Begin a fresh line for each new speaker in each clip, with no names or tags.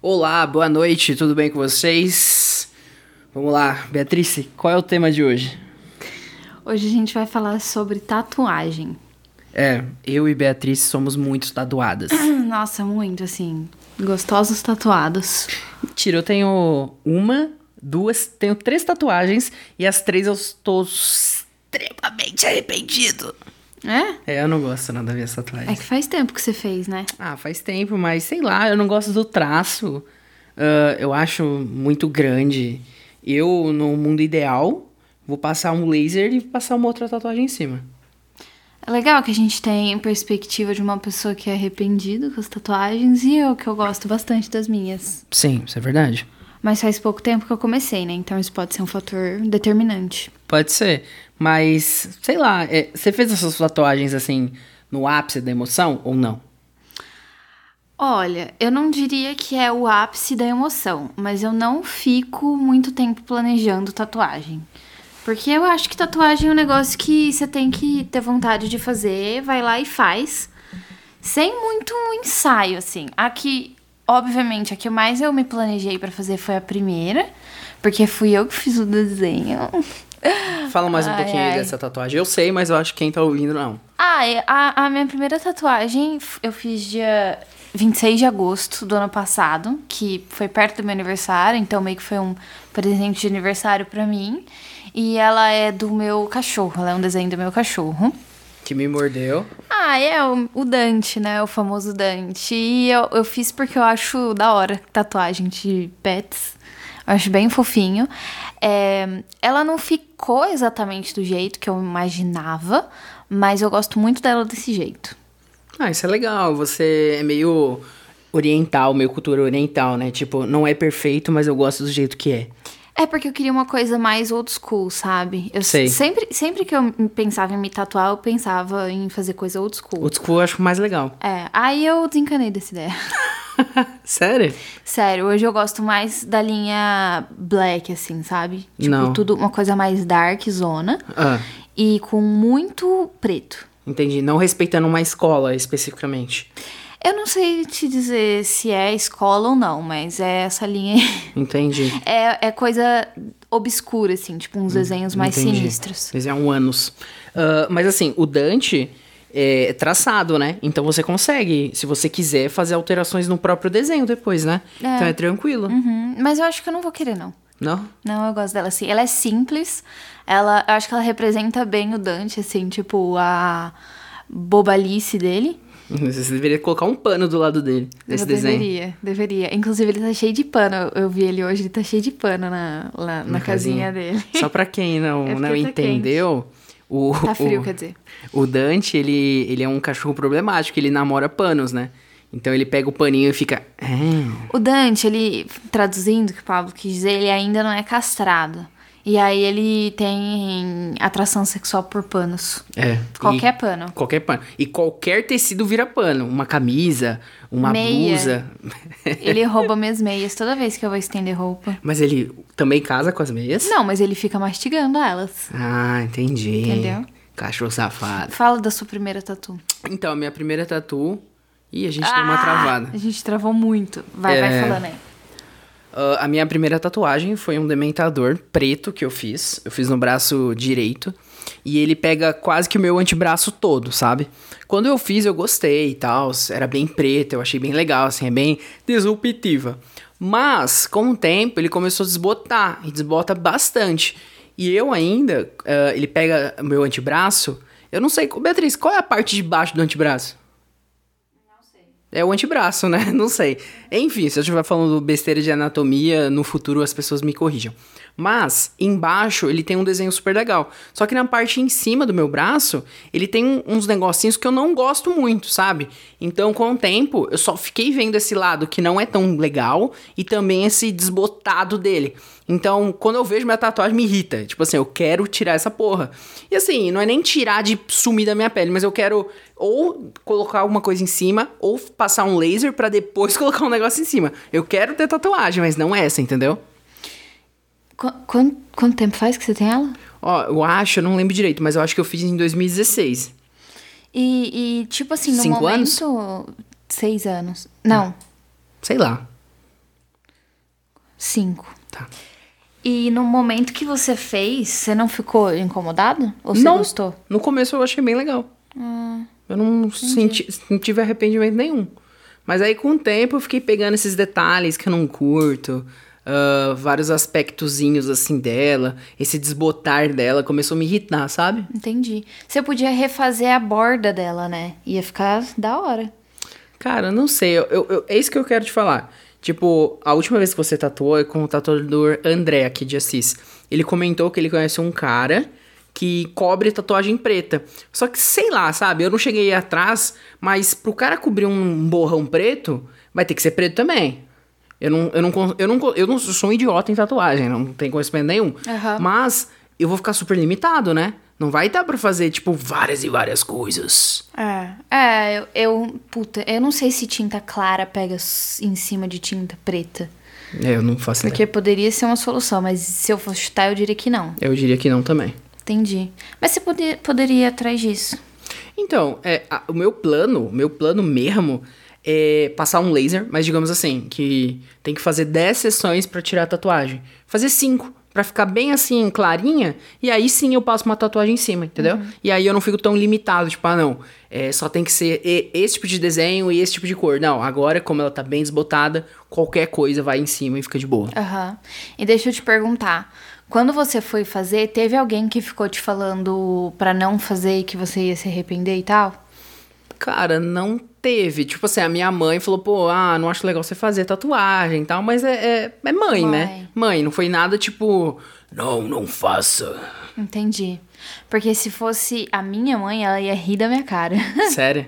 Olá, boa noite, tudo bem com vocês? Vamos lá, Beatriz, qual é o tema de hoje?
Hoje a gente vai falar sobre tatuagem.
É, eu e Beatriz somos muito tatuadas.
Nossa, muito assim, gostosos tatuados.
Mentira, eu tenho uma, duas, tenho três tatuagens e as três eu estou extremamente arrependido.
É?
É, eu não gosto nada dessa
É
tatuagem.
que faz tempo que você fez, né?
Ah, faz tempo, mas sei lá, eu não gosto do traço. Ah, eu acho muito grande. Eu, no mundo ideal, vou passar um laser e passar uma outra tatuagem em cima.
É legal que a gente tem perspectiva de uma pessoa que é arrependida com as tatuagens e eu que eu gosto bastante das minhas.
Sim, isso é verdade.
Mas faz pouco tempo que eu comecei, né? Então isso pode ser um fator determinante.
Pode ser. Mas, sei lá, é, você fez essas tatuagens assim no ápice da emoção ou não?
Olha, eu não diria que é o ápice da emoção, mas eu não fico muito tempo planejando tatuagem. Porque eu acho que tatuagem é um negócio que você tem que ter vontade de fazer, vai lá e faz. Sem muito ensaio, assim. Aqui, obviamente, a que mais eu me planejei pra fazer foi a primeira, porque fui eu que fiz o desenho.
Fala mais um
Ai,
pouquinho aí
ai.
dessa tatuagem. Eu sei, mas eu acho que quem tá ouvindo não.
Ah, e a, a minha primeira tatuagem f- eu fiz dia 26 de agosto do ano passado, que foi perto do meu aniversário, então meio que foi um presente de aniversário pra mim. E ela é do meu cachorro, ela é um desenho do meu cachorro.
Que me mordeu.
Ah, é o, o Dante, né? O famoso Dante. E eu, eu fiz porque eu acho da hora tatuagem de pets. Eu acho bem fofinho. É, ela não ficou exatamente do jeito que eu imaginava, mas eu gosto muito dela desse jeito.
Ah, isso é legal. Você é meio oriental, meio cultura oriental, né? Tipo, não é perfeito, mas eu gosto do jeito que é.
É porque eu queria uma coisa mais old school, sabe? Eu
Sei.
Sempre, sempre que eu pensava em me tatuar, eu pensava em fazer coisa old school.
Old school eu acho mais legal.
É, aí eu desencanei dessa ideia.
Sério?
Sério, hoje eu gosto mais da linha black, assim, sabe? Tipo,
Não.
tudo uma coisa mais dark zona
Ah,
e com muito preto.
entendi. Não respeitando uma escola especificamente.
Eu não sei te dizer se é escola ou não, mas é essa linha aí.
Entendi.
é, é coisa obscura, assim, tipo uns desenhos mais
Hum, Entendi.
sinistros.
Mas é um ânus. Ah, mas assim, o Dante é traçado, né? Então você consegue, se você quiser, fazer alterações no próprio desenho depois, né? Então é tranquilo.
Uhum, mas eu acho que eu não vou querer, não.
Não?
Não, eu gosto dela assim. Ela é simples. Ela, eu acho que ela representa bem o Dante, assim, tipo a bobalice dele.
Você deveria colocar um pano do lado dele, nesse
eu
desenho.
Deveria, deveria. Inclusive, ele tá cheio de pano. Eu- Eu vi ele hoje, ele tá cheio de pano na, lá, na, casinha, dele.
Só pra quem
É
não,
porque
não
tá
entendeu, o,
Tá frio,
o,
quer dizer.
o Dante, ele, ele é um cachorro problemático, ele namora panos, né? Então ele pega o paninho e fica. "Ah,
O Dante, ele, traduzindo o que o Pablo quis dizer, ele ainda não é castrado. E aí ele tem atração sexual por panos.
É.
Qualquer
E-
pano.
Qualquer pano. E qualquer tecido vira pano. Uma camisa, uma
Meia.
blusa.
Ele rouba minhas meias toda vez que eu vou estender roupa.
Mas ele também casa com as meias?
Não, mas ele fica mastigando elas.
Ah, entendi.
Entendeu?
Cachorro safado.
Fala da sua primeira tatu. Ah,
Então, a minha primeira tatu. Ih, a gente deu uma travada.
A gente travou muito. Vai, vai
É.
falando aí.
Ah, a minha primeira tatuagem foi um dementador preto que eu fiz. Eu fiz no braço direito. E ele pega quase que o meu antebraço todo, sabe? Quando eu fiz, eu gostei e tal. Era bem preto, eu achei bem legal, assim, é bem disruptiva. Mas, com o tempo, ele começou a desbotar. E desbota bastante. E eu ainda, ah, ele pega o meu antebraço. Eu não sei, Beatriz, qual é a parte de baixo do antebraço? É o antebraço, né? Não sei. Enfim, se eu estiver falando besteira de anatomia, no futuro as pessoas me corrijam. Mas, embaixo, ele tem um desenho super legal. Só que na parte em cima do meu braço, ele tem um- uns negocinhos que eu não gosto muito, sabe? Então, com o tempo, eu só fiquei vendo esse lado que não é tão legal e também esse desbotado dele. Então, quando eu vejo minha tatuagem, me irrita. Tipo assim, eu quero tirar essa porra. E assim, não é nem tirar de sumir da minha pele, mas eu quero ou colocar alguma coisa em cima, ou passar um laser pra depois colocar um negócio em cima. Eu quero ter tatuagem, mas não essa, entendeu?
Qu- quan- quanto tempo faz que você tem ela?
Ó, eu acho, eu não lembro direito, mas eu acho que eu fiz em 2016.
E, e, tipo assim, no
Cinco Ah.
momento. Seis anos. Não.
Sei lá.
Cinco.
Tá.
E no momento que você fez, você não ficou incomodado? Ou você
Não.
gostou? Ah,
No começo eu achei bem legal. eu não, senti, não tive arrependimento nenhum. Mas aí com o tempo eu fiquei pegando esses detalhes que eu não curto. ah, vários aspectozinhos assim dela. Esse desbotar dela começou a me irritar, sabe?
Entendi. Você podia refazer a borda dela, né? Ia ficar da hora.
Cara, eu não sei. Eu, eu- eu- é isso que eu quero te falar. Tipo, a última vez que você tatuou é com o tatuador André, aqui de Assis. Ele comentou que ele conhece um cara que cobre tatuagem preta. Só que, sei lá, sabe? Eu não cheguei atrás, mas pro cara cobrir um borrão preto, vai ter que ser preto também. Eu não, eu não, con- eu não, con- eu não sou um idiota em tatuagem, não tenho conhecimento nenhum.
Aham.
Mas eu vou ficar super limitado, né? Não vai dar pra fazer, tipo, várias e várias coisas.
É, é eu, eu. Puta, eu não sei se tinta clara pega s- em cima de tinta preta.
É, eu não faço ideia.
Porque poderia ser uma solução, mas se eu fosse chutar, eu diria que não.
Eu diria que não também.
Entendi. Mas você poder- poderia ir atrás disso.
Então, é, a- o meu plano, o meu plano mesmo é passar um laser, mas digamos assim, que tem que fazer 10 sessões pra tirar a tatuagem. Fazer 5 pra ficar bem assim clarinha e aí sim eu passo uma tatuagem em cima, entendeu? E aí eu não fico tão limitado, tipo, ah, não, é, só tem que ser e- esse tipo de desenho e esse tipo de cor. Não, agora como ela tá bem desbotada, qualquer coisa vai em cima e fica de boa.
Aham. E deixa eu te perguntar. Quando você foi fazer, teve alguém que ficou te falando pra não fazer e que você ia se arrepender e tal?
Cara, não teve. Tipo assim, a minha mãe falou, pô, ah, não acho legal você fazer tatuagem e tal, mas é, é, é mãe, né?
Mãe.
Mãe, não foi nada tipo, não, não faça.
Entendi. Porque se fosse a minha mãe, ela ia rir da minha cara.
Sério?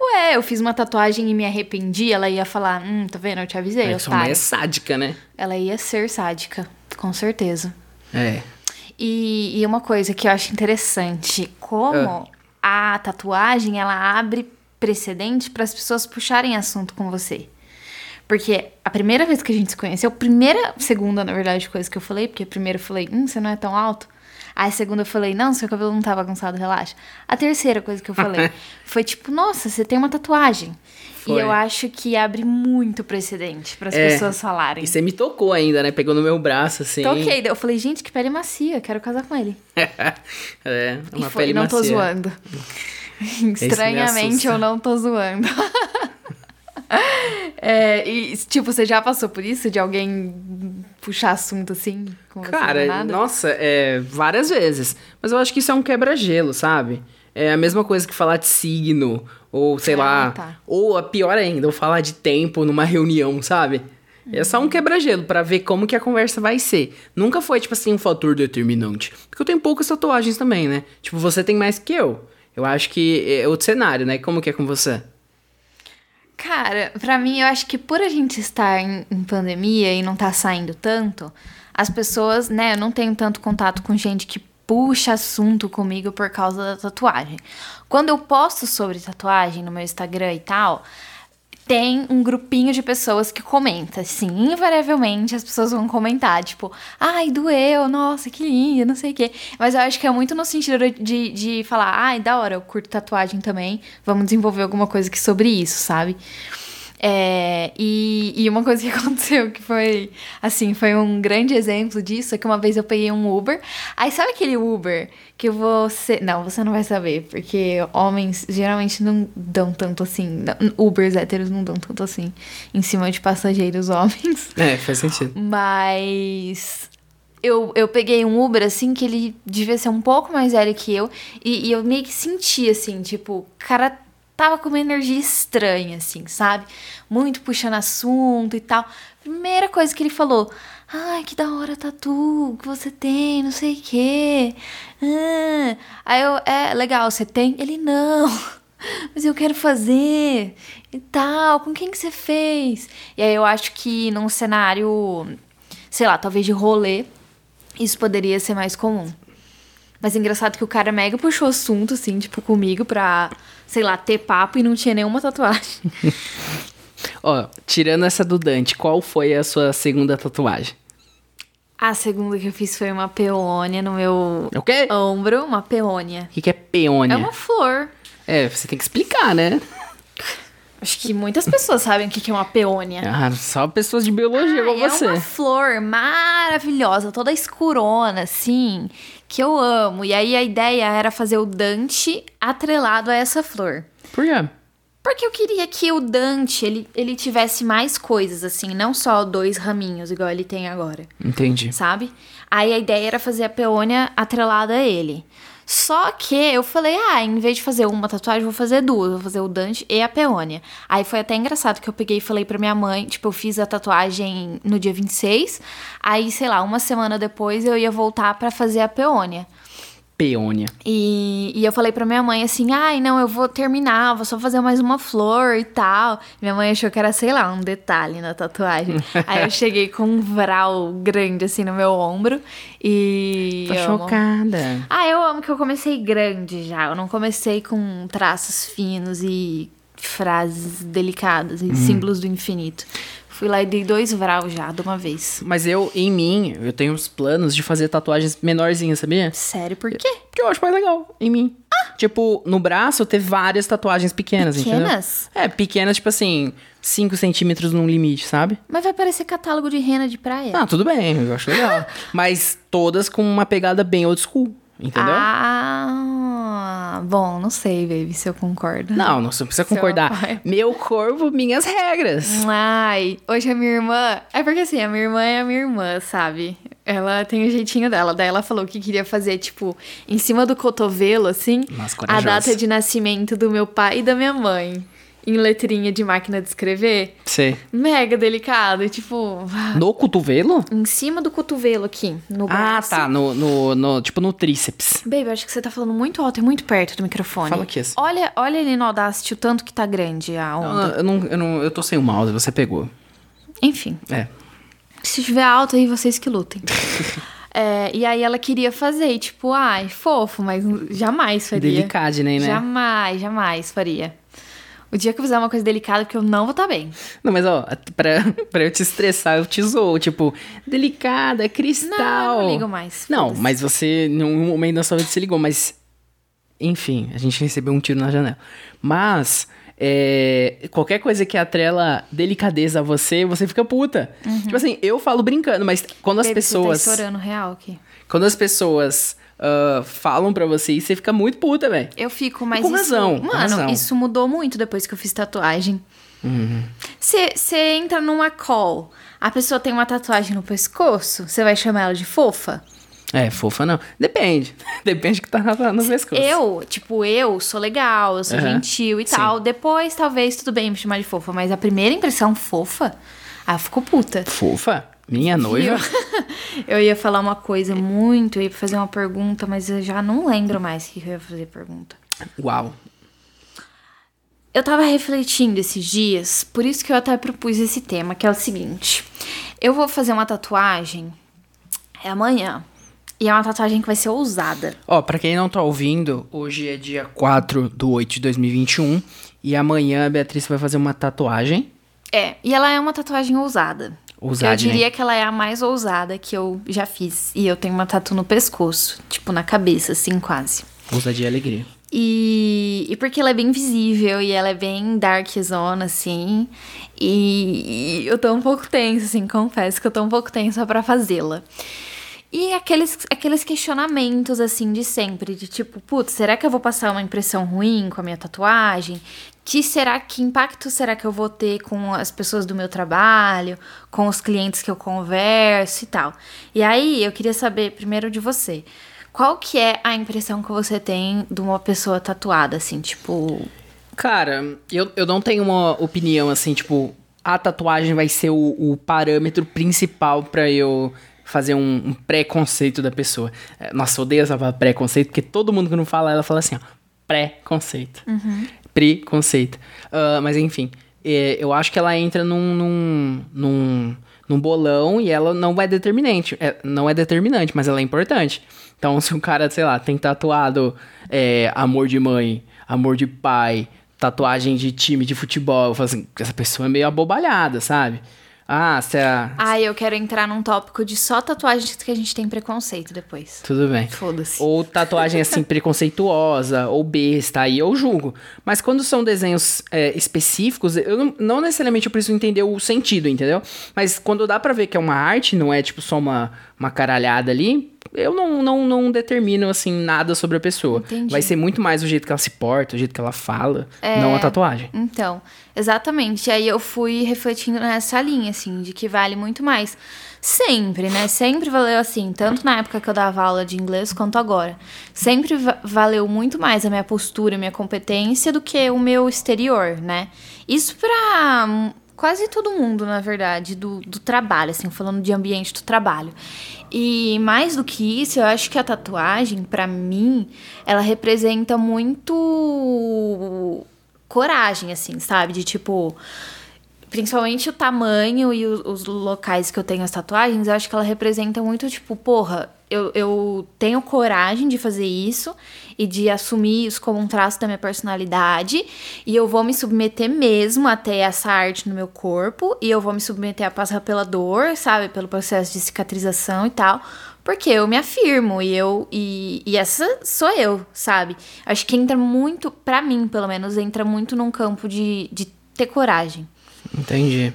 Ué, eu fiz uma tatuagem e me arrependi, ela ia falar, hum, tá vendo? Eu te avisei,
É que sua mãe
otário.
é sádica, né?
Ela ia ser sádica, com certeza.
É.
E, e uma coisa que eu acho interessante, como
Ah.
a tatuagem ela abre precedente para as pessoas puxarem assunto com você. Porque a primeira vez que a gente se conheceu, primeira, segunda, na verdade, coisa que eu falei, porque primeiro eu falei, hum, você não é tão alto. Aí a segunda eu falei, não, seu cabelo não tá bagunçado, relaxa. A terceira coisa que eu falei foi tipo, nossa, você tem uma tatuagem.
Foi.
E eu acho que abre muito precedente para as
É.
pessoas falarem.
E você me tocou ainda, né? Pegou no meu braço, assim.
Toquei, eu falei, gente, que pele macia, quero casar com ele.
é,
E
uma
foi,
pele
não
macia.
tô zoando. Estranhamente,
assusta.
eu não tô zoando. É, e, tipo, você já passou por isso? De alguém puxar assunto assim? Com você do
Cara,
nada?
nossa, é, várias vezes. Mas eu acho que isso é um quebra-gelo, sabe? É a mesma coisa que falar de signo, ou sei
Ah,
lá.
tá.
Ou a pior ainda, ou falar de tempo numa reunião, sabe? É só
Uhum.
um quebra-gelo pra ver como que a conversa vai ser. Nunca foi, tipo assim, um fator determinante. Porque eu tenho poucas tatuagens também, né? Tipo, você tem mais que eu. Eu acho que é outro cenário, né? Como que é com você?
Cara, pra mim, eu acho que por a gente estar em, em pandemia e não tá saindo tanto, as pessoas, né, eu não tenho tanto contato com gente que puxa assunto comigo por causa da tatuagem. Quando eu posto sobre tatuagem no meu Instagram e tal, tem um grupinho de pessoas que comenta, assim, invariavelmente as pessoas vão comentar, tipo, ai, doeu, nossa, que linda, não sei o quê. Mas eu acho que é muito no sentido de, de falar, ai, da hora, eu curto tatuagem também, vamos desenvolver alguma coisa que sobre isso, sabe? É, e, e uma coisa que aconteceu que foi, assim, foi um grande exemplo disso, é que uma vez eu peguei um Uber, aí sabe aquele Uber que você... Não, você não vai saber, porque homens geralmente não dão tanto assim, não- Ubers héteros não dão tanto assim, em cima de passageiros homens.
É, faz sentido.
Mas eu, eu peguei um Uber, assim, que ele devia ser um pouco mais velho que eu. E, e eu meio que senti, assim, tipo, o cara tava com uma energia estranha, assim, sabe? Muito puxando assunto e tal. Primeira coisa que ele falou. Ai, que da hora tatu que você tem, não sei o quê. Ah." Aí eu, é, legal, você tem? Ele, não. Mas eu quero fazer e tal. Com quem que você fez? E aí eu acho que num cenário, sei lá, talvez de rolê, isso poderia ser mais comum. Mas é engraçado que o cara mega puxou assunto, assim, tipo, comigo pra, sei lá, ter papo e não tinha nenhuma tatuagem.
Ó, tirando essa do Dante, qual foi a sua segunda tatuagem?
A segunda que eu fiz foi uma peônia no meu
O quê?
ombro, uma peônia.
O que, que é peônia?
É uma flor.
É, você tem que explicar, né?
Acho que muitas pessoas sabem o que que é uma peônia.
Ah, só pessoas de biologia
Ah,
igual
é
você.
uma flor maravilhosa, toda escurona, assim, que eu amo. E aí a ideia era fazer o Dante atrelado a essa flor.
Por quê?
Porque eu queria que o Dante, ele, ele tivesse mais coisas, assim, não só dois raminhos, igual ele tem agora,
Entendi.
sabe? Aí a ideia era fazer a peônia atrelada a ele. Só que eu falei, ah, em vez de fazer uma tatuagem, eu vou fazer duas. Vou fazer o Dante e a peônia. Aí foi até engraçado que eu peguei e falei pra minha mãe, tipo, eu fiz a tatuagem no dia 26. Aí, sei lá, uma semana depois eu ia voltar pra fazer a peônia.
Peônia.
E, e eu falei pra minha mãe assim: ai, não, eu vou terminar, vou só fazer mais uma flor e tal. Minha mãe achou que era, sei lá, um detalhe na tatuagem. Aí eu cheguei com um vral grande assim no meu ombro e.
Tô
eu amo.
chocada.
Ah, eu amo que eu comecei grande já. Eu não comecei com traços finos e frases delicadas
Hum.
e símbolos do infinito. Fui lá e dei dois vral já de uma vez.
Mas eu, em mim, eu tenho os planos de fazer tatuagens menorzinhas, sabia?
Sério, por quê?
Porque eu acho mais legal em mim. Tipo, no braço eu ter várias tatuagens pequenas,
Pequenas?
entendeu? É, pequenas, tipo assim, 5 centímetros num limite, sabe?
Mas vai parecer catálogo de rena de praia.
Ah, tudo bem, eu acho legal. Mas todas com uma pegada bem old school, entendeu?
Ah, bom, não sei, baby, se eu concordo.
Não, não você não precisa
Seu
concordar.
pai.
Meu corpo, minhas regras.
Ai, hoje a minha irmã. É porque assim, a minha irmã é a minha irmã, sabe? Ela tem o jeitinho dela. Daí ela falou que queria fazer, tipo, em cima do cotovelo, assim,
Nossa,
a
corajosa.
data de nascimento do meu pai e da minha mãe. Em letrinha de máquina de escrever.
Você.
Mega delicado. e, Tipo,
No cotovelo?
em cima do cotovelo aqui, no
Ah,
braço.
tá. No, no, no- tipo no tríceps.
Baby, eu acho que você tá falando muito alto e muito perto do microfone.
Fala aqui, assim.
Olha, olha ali no Audacity o tanto que tá grande a
Eu,
onda.
eu não, eu, não, eu tô sem o mouse, você pegou.
Enfim,
É.
se tiver alto aí, vocês que lutem. É, e aí ela queria fazer, e tipo, ai, fofo, mas jamais faria.
Delicade, né? né?
Jamais, jamais faria. O dia que eu fizer uma coisa delicada, porque eu não vou estar bem.
Não, mas ó, pra, pra eu te estressar, eu te zoo. Tipo, delicada, cristal.
Não, eu não ligo mais.
Não,
Foda-se.
mas você, em um momento da sua vida, se ligou, mas. Enfim, a gente recebeu um tiro na janela. Mas. é, qualquer coisa que atrela delicadeza a você, você fica puta. Tipo assim, eu falo brincando, mas quando as
Uhum. Baby,
pessoas.
Você tá estourando real aqui.
Quando as pessoas ah, falam pra você isso, você fica muito puta, velho.
Eu fico, mas
Com
isso-
razão, com
Mano,
razão. Uhum.
isso mudou muito depois que eu fiz tatuagem. Você entra numa call, a pessoa tem uma tatuagem no pescoço, você vai chamar ela de fofa?
É, fofa não. Depende. Depende do que tá na- no pescoço.
Eu, tipo, eu sou legal, eu sou
Aham.
gentil e
Sim.
tal. Depois, talvez, tudo bem me chamar de fofa, mas a primeira impressão fofa, ah, eu fico puta.
Fofa? Minha noiva?
Eu ia falar uma coisa muito, eu ia fazer uma pergunta, mas eu já não lembro mais o que que eu ia fazer pergunta.
Uau.
Eu tava refletindo esses dias, por isso que eu até propus esse tema, que é o seguinte: eu vou fazer uma tatuagem é amanhã. E é uma tatuagem que vai ser ousada.
Ó, pra quem não tá ouvindo, hoje é dia 4 do 8 de 2021 e amanhã a Beatriz vai fazer uma tatuagem.
É, e ela é uma tatuagem ousada.
Ousada,
Eu diria
né?
que ela é a mais ousada que eu já fiz. E eu tenho uma tatu no pescoço, tipo na cabeça, assim, quase.
Ousadia e alegria.
E, e porque ela é bem visível e ela é bem dark zona, assim. E, e eu tô um pouco tensa, assim, confesso que eu tô um pouco tensa pra fazê-la. E aqueles, aqueles questionamentos, assim, de sempre, de tipo, putz, será que eu vou passar uma impressão ruim com a minha tatuagem? Que será que impacto será que eu vou ter com as pessoas do meu trabalho, com os clientes que eu converso e tal? E aí, eu queria saber primeiro de você. Qual que é a impressão que você tem de uma pessoa tatuada, assim, tipo...
Cara, eu, eu não tenho uma opinião assim, tipo, a tatuagem vai ser o, o parâmetro principal pra eu fazer um, um preconceito da pessoa. É, Nossa, eu odeio essa palavra preconceito, porque todo mundo que não fala, ela fala assim, ó, preconceito. Preconceito. Ah, mas enfim, é, eu acho que ela entra num, num, num, num bolão e ela não é determinante. É, não é determinante, mas ela é importante. Então, se um cara, sei lá, tem tatuado é, amor de mãe, amor de pai, tatuagem de time de futebol, eu falo assim, essa pessoa é meio abobalhada, sabe? Ah, se a.
Ai, eu quero entrar num tópico de só tatuagem que a gente tem preconceito depois.
Tudo bem.
Foda-se.
Ou tatuagem assim preconceituosa, ou besta, aí eu julgo. Mas quando são desenhos é, específicos, eu não, não necessariamente eu preciso entender o sentido, entendeu? Mas quando dá pra ver que é uma arte, não é tipo só uma, uma caralhada ali, eu não, não, não determino assim nada sobre a pessoa.
Entendi.
Vai ser muito mais o jeito que ela se porta, o jeito que ela fala, não a tatuagem.
Então, exatamente. Aí eu fui refletindo nessa linha, assim, de que vale muito mais. Sempre, né? Sempre valeu assim, tanto na época que eu dava aula de inglês quanto agora. Sempre va- valeu muito mais a minha postura, a minha competência do que o meu exterior, né? Isso pra hum, quase todo mundo, na verdade, do, do trabalho, assim, falando de ambiente do trabalho. E mais do que isso, eu acho que a tatuagem, pra mim, ela representa muito coragem, assim, sabe? De tipo. Principalmente o tamanho e o- os locais que eu tenho as tatuagens, eu acho que ela representa muito, tipo, porra, eu, eu tenho coragem de fazer isso e de assumir isso como um traço da minha personalidade. E eu vou me submeter mesmo até essa arte no meu corpo. E eu vou me submeter a passar pela dor, sabe? Pelo processo de cicatrização e tal. Porque eu me afirmo e eu. E, e essa sou eu, sabe? Acho que entra muito, pra mim, pelo menos, entra muito num campo de, de ter coragem.
Entendi.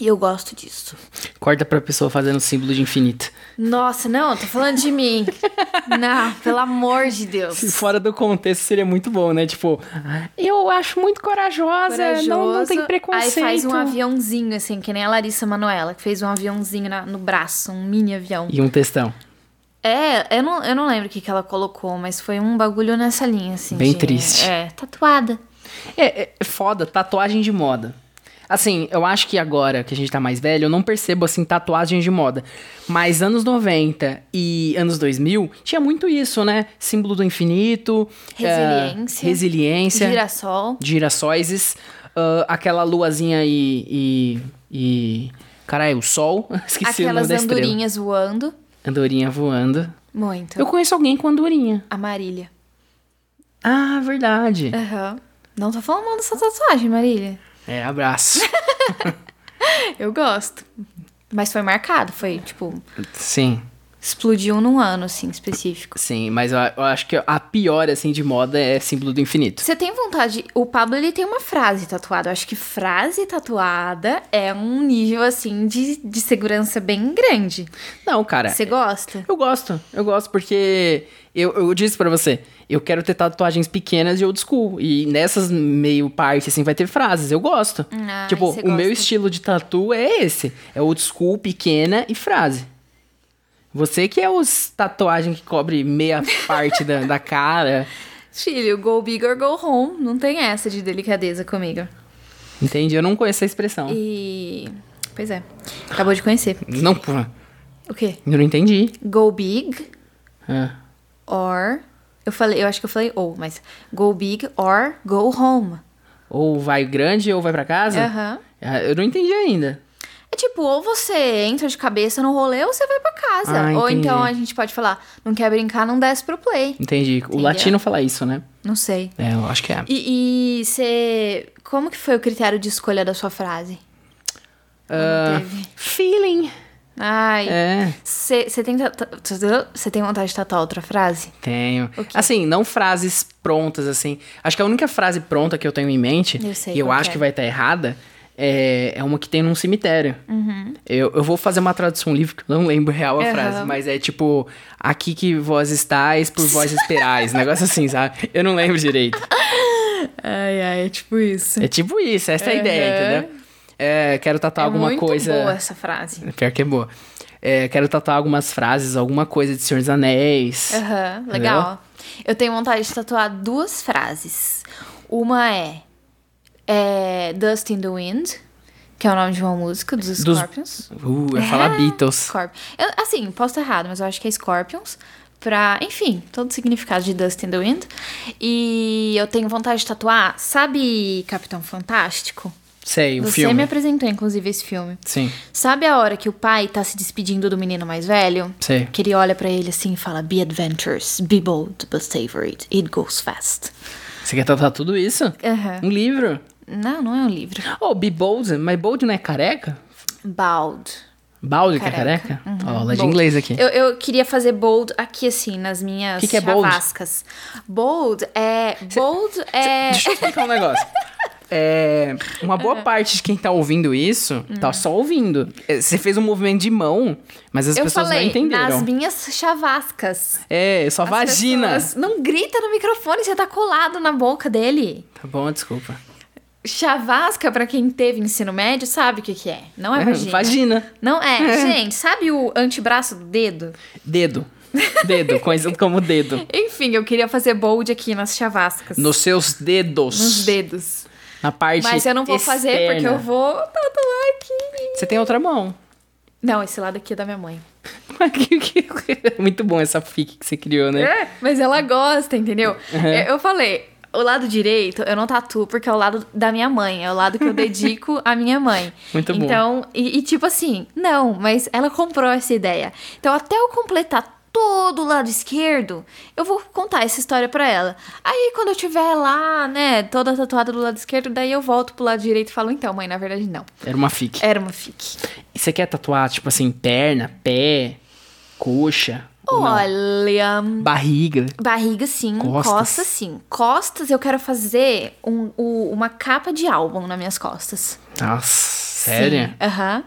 E eu gosto disso.
Corta pra pessoa fazendo símbolo de infinito.
Nossa, não, tô falando de mim. não, pelo amor de Deus.
Se fora do contexto seria muito bom, né? Tipo, eu acho muito corajosa, não, não tem preconceito.
Aí faz um aviãozinho, assim, que nem a Larissa Manoela, que fez um aviãozinho na- no braço, um mini avião.
E um textão.
É, eu não, eu não lembro o que, que ela colocou, mas foi um bagulho nessa linha, assim.
Bem
de-
triste.
É, tatuada.
É, é foda, tatuagem de moda. Assim, eu acho que agora que a gente tá mais velho, eu não percebo, assim, tatuagem de moda. Mas anos 90 e anos 2000, tinha muito isso, né? Símbolo do infinito. é,
Resiliência.
resiliência.
Girassol.
girassóises. ah, aquela luazinha e... e, e... Caralho, o sol. Esqueci o nome
aquelas
da estrela.
andorinhas voando.
Andorinha voando.
Muito.
Eu conheço alguém com andorinha.
A Marília.
Ah, verdade.
Aham. Não tô falando mal dessa tatuagem, Marília.
É, abraço.
Eu gosto. Mas foi marcado, foi tipo.
Sim.
Explodiu num ano, assim, específico.
Sim, mas eu, eu acho que a pior, assim, de moda é símbolo do infinito.
Você tem vontade. O Pablo, ele tem uma frase tatuada. Eu acho que frase tatuada é um nível, assim, de, de segurança bem grande.
Não, cara.
Você gosta?
Eu gosto, eu gosto, porque eu, eu disse pra você, eu quero ter tatuagens pequenas de old school. E nessas meio parte, assim, vai ter frases. Eu gosto.
Ah,
tipo,
você
o meu
gosta.
estilo de tatu é esse. É old school, pequena e frase. Você que é os tatuagem que cobre meia parte da, da cara.
Filho, go big or go home. Não tem essa de delicadeza comigo.
Entende? Eu não conheço a expressão.
E. Pois é. Acabou de conhecer.
Não, pô, eu
O quê?
não entendi.
Go big
Ah.
or. Eu falei, eu acho que eu falei ou, mas. Go big or go home.
Ou vai grande ou vai pra casa?
Aham.
Ah, Eu não entendi ainda.
É tipo, ou você entra de cabeça no rolê ou você vai pra casa.
Ah,
ou
entendi.
então a gente pode falar, não quer brincar, não desce pro play.
Entendi. O latino fala isso, né?
Não sei.
É, eu acho que é.
E, e você. Como que foi o critério de escolha da sua frase?
Ah,
teve.
feeling.
Ai.
É,
Você tem, tata- você tem vontade de tatuar outra frase?
tenho.
O quê?
Assim, não frases prontas, assim. Acho que a única frase pronta que eu tenho em mente,
Eu sei
e eu
qual
acho
que é.
que vai estar errada, é, é uma que tem num cemitério. Eu, eu vou fazer uma tradução livre, que eu não lembro real a
Uhum. Aham.
frase, mas é tipo, aqui que vós estáis, por vós esperais. negócio assim, sabe? Eu não lembro direito.
Ai, ai, é tipo isso.
É tipo isso, essa é a ideia,
Aham.
entendeu? É, quero tatuar alguma
muito
coisa.
boa essa frase.
Pior que é boa. É, quero tatuar algumas frases, alguma coisa de Senhor dos Anéis.
Aham, legal. Eu tenho vontade de tatuar duas frases. Uma é, é Dust in the Wind, que é o nome de uma música dos
Dos-
Scorpions.
Uh, eu ia
É.
falar Beatles.
Scorp- Eu- assim, posso estar errado, mas eu acho que é Scorpions. Pra, enfim, todo o significado de Dust in the Wind. E eu tenho vontade de tatuar, sabe Capitão Fantástico?
Sei, o
Você
filme.
me apresentou, inclusive, esse filme.
Sim,
Sabe a hora que o pai tá se despedindo do menino mais velho?
Sei.
Que ele olha pra ele assim e fala: Be adventurous, be bold, but savor it. It goes fast.
Você quer tatuar tudo isso?
Aham.
Um livro?
Não, não é um livro.
Oh, Be Bold, mas Bold não é careca?
Bald.
Balde, que é careca? Ó, lá de inglês aqui.
Uhum. Eu, eu queria fazer bold aqui, assim, nas minhas
Que que é bold?
chavascas. Bold é. Bold é.
Deixa eu explicar um negócio. É, uma boa parte de quem tá ouvindo isso,
Hum.
tá só ouvindo. É, Você fez um movimento de mão, mas as
eu
pessoas
falei,
não entenderam.
nas minhas chavascas.
É, só
As
vagina.
pessoas- não grita no microfone, você tá colado na boca dele.
Tá bom, desculpa.
Chavasca, pra quem teve ensino médio, sabe o que, que é. Não é vagina.
Vagina.
Não é. Gente, sabe o antebraço do dedo?
Dedo. Dedo, conhecido como dedo.
Enfim, eu queria fazer bold aqui nas chavascas.
Nos seus dedos.
Nos dedos.
Na parte
Mas eu não vou fazer porque
externa.
eu vou tatuar aqui.
Você tem outra mão.
Não, esse lado aqui é da minha mãe.
Muito bom essa fic que você criou, né?
É, mas ela gosta, entendeu? É, Eu falei, o lado direito eu não tatuo porque é o lado da minha mãe, é o lado que eu dedico à minha mãe.
Muito bom.
Então, e, e tipo assim, não, mas ela comprou essa ideia. Então, até eu completar todo o lado esquerdo, eu vou contar essa história pra ela. Aí, quando eu tiver lá, né, toda tatuada do lado esquerdo, daí eu volto pro lado direito e falo, então, mãe, na verdade, não.
Era uma fic.
Era uma fique.
E Você quer tatuar, tipo assim, perna, pé, coxa? ou não?
Olha,
Barriga.
Barriga sim,
Costas.
costas, sim. Costas eu quero fazer um- o- uma capa de álbum nas minhas costas.
Nossa, sério?
Sim, Aham.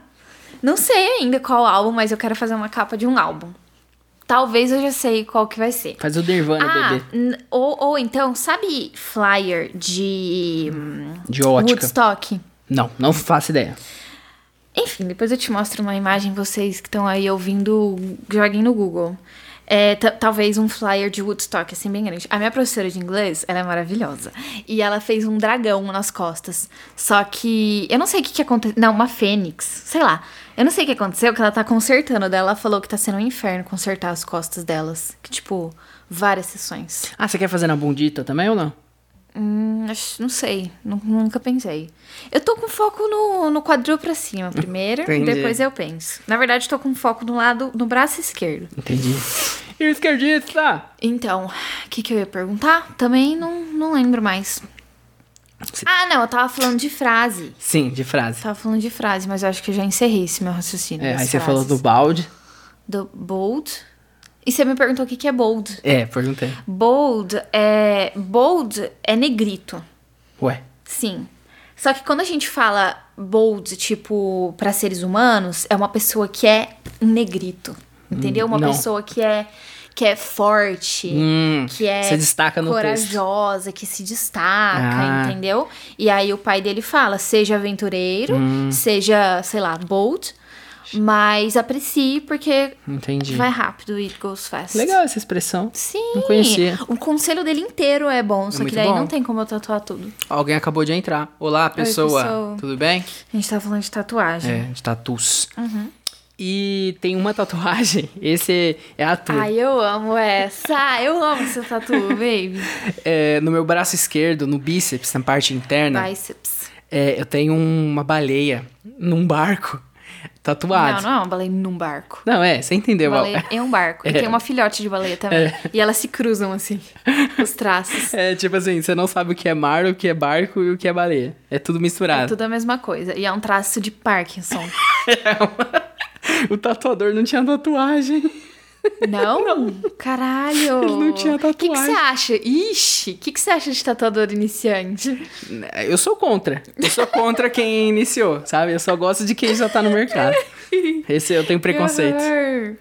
Não sei ainda qual álbum, mas eu quero fazer uma capa de um álbum. Talvez eu já sei qual que vai ser.
Faz o Nirvana,
Ah,
bebê.
n- ou, ou então, sabe flyer de hum,
De ótica.
Woodstock?
Não, não faço ideia.
Enfim, depois eu te mostro uma imagem, vocês que estão aí ouvindo, joguem no Google. É, ta- talvez um flyer de Woodstock, assim, bem grande. A minha professora de inglês, ela é maravilhosa. E ela fez um dragão nas costas. Só que eu não sei o que, que aconteceu. Não, uma fênix, sei lá. Eu não sei o que aconteceu, que ela tá consertando dela. Ela falou que tá sendo um inferno consertar as costas delas. Que, tipo, várias sessões.
Ah, você quer fazer na bundita também ou não?
Hum, acho- não sei, nu- nunca pensei. Eu tô com foco no, no quadril pra cima primeiro, e
Entendi.
depois eu penso. Na verdade, tô com foco no lado, no braço esquerdo.
Entendi. E o esquerdista?
Então, o que, que eu ia perguntar? Também não, não lembro mais. Ah, não, eu tava falando de frase.
Sim, de frase.
Tava falando de frase, mas eu acho que eu já encerrei esse meu raciocínio.
É, aí
das
você falou do
frases.
balde.
Do bold. E você me perguntou o que, que é bold.
É, perguntei.
Bold é. Bold é negrito.
Ué.
Sim. Só que quando a gente fala bold, tipo, pra seres humanos, é uma pessoa que é um negrito. Entendeu? Uma
Hum, não.
pessoa que é que é forte,
Hum,
que é
se destaca no
corajosa, que se destaca,
Ah.
entendeu? E aí o pai dele fala: "Seja aventureiro,
Hum.
seja, sei lá, bold, mas aprecie porque
Entendi.
vai rápido e goes fast".
Legal essa expressão.
Sim.
Não conhecia.
O conselho dele inteiro é bom, só
muito
que daí
bom.
não tem como eu tatuar tudo.
Alguém acabou de entrar. Olá, pessoa.
pessoa.
Tudo bem?
A gente tá falando de tatuagem.
É, de tatus.
Uhum.
E tem uma tatuagem. Esse é a tua.
Ai, eu amo essa. Eu amo seu tatu, baby.
É, no meu braço esquerdo, no bíceps, na parte interna,
Biceps.
é, eu tenho uma baleia num barco tatuado.
Não, não é uma baleia num barco.
Não, é, você entendeu, Val.
Baleia é um barco. E tem uma filhote de baleia também. E elas se cruzam assim, os traços.
É tipo assim, você não sabe o que é mar, o que é barco e o que é baleia. É tudo
É
misturado.
tudo a mesma coisa. E é um traço de Parkinson. É
O tatuador não tinha tatuagem.
Não? Caralho!
Ele não tinha
O que que você
tatuagem.
acha? Ixi! O que que você acha de tatuador iniciante?
É, Eu sou contra. Eu sou contra quem iniciou, sabe? Eu só gosto de quem já tá no mercado. Esse eu tenho preconceito.
Que horror.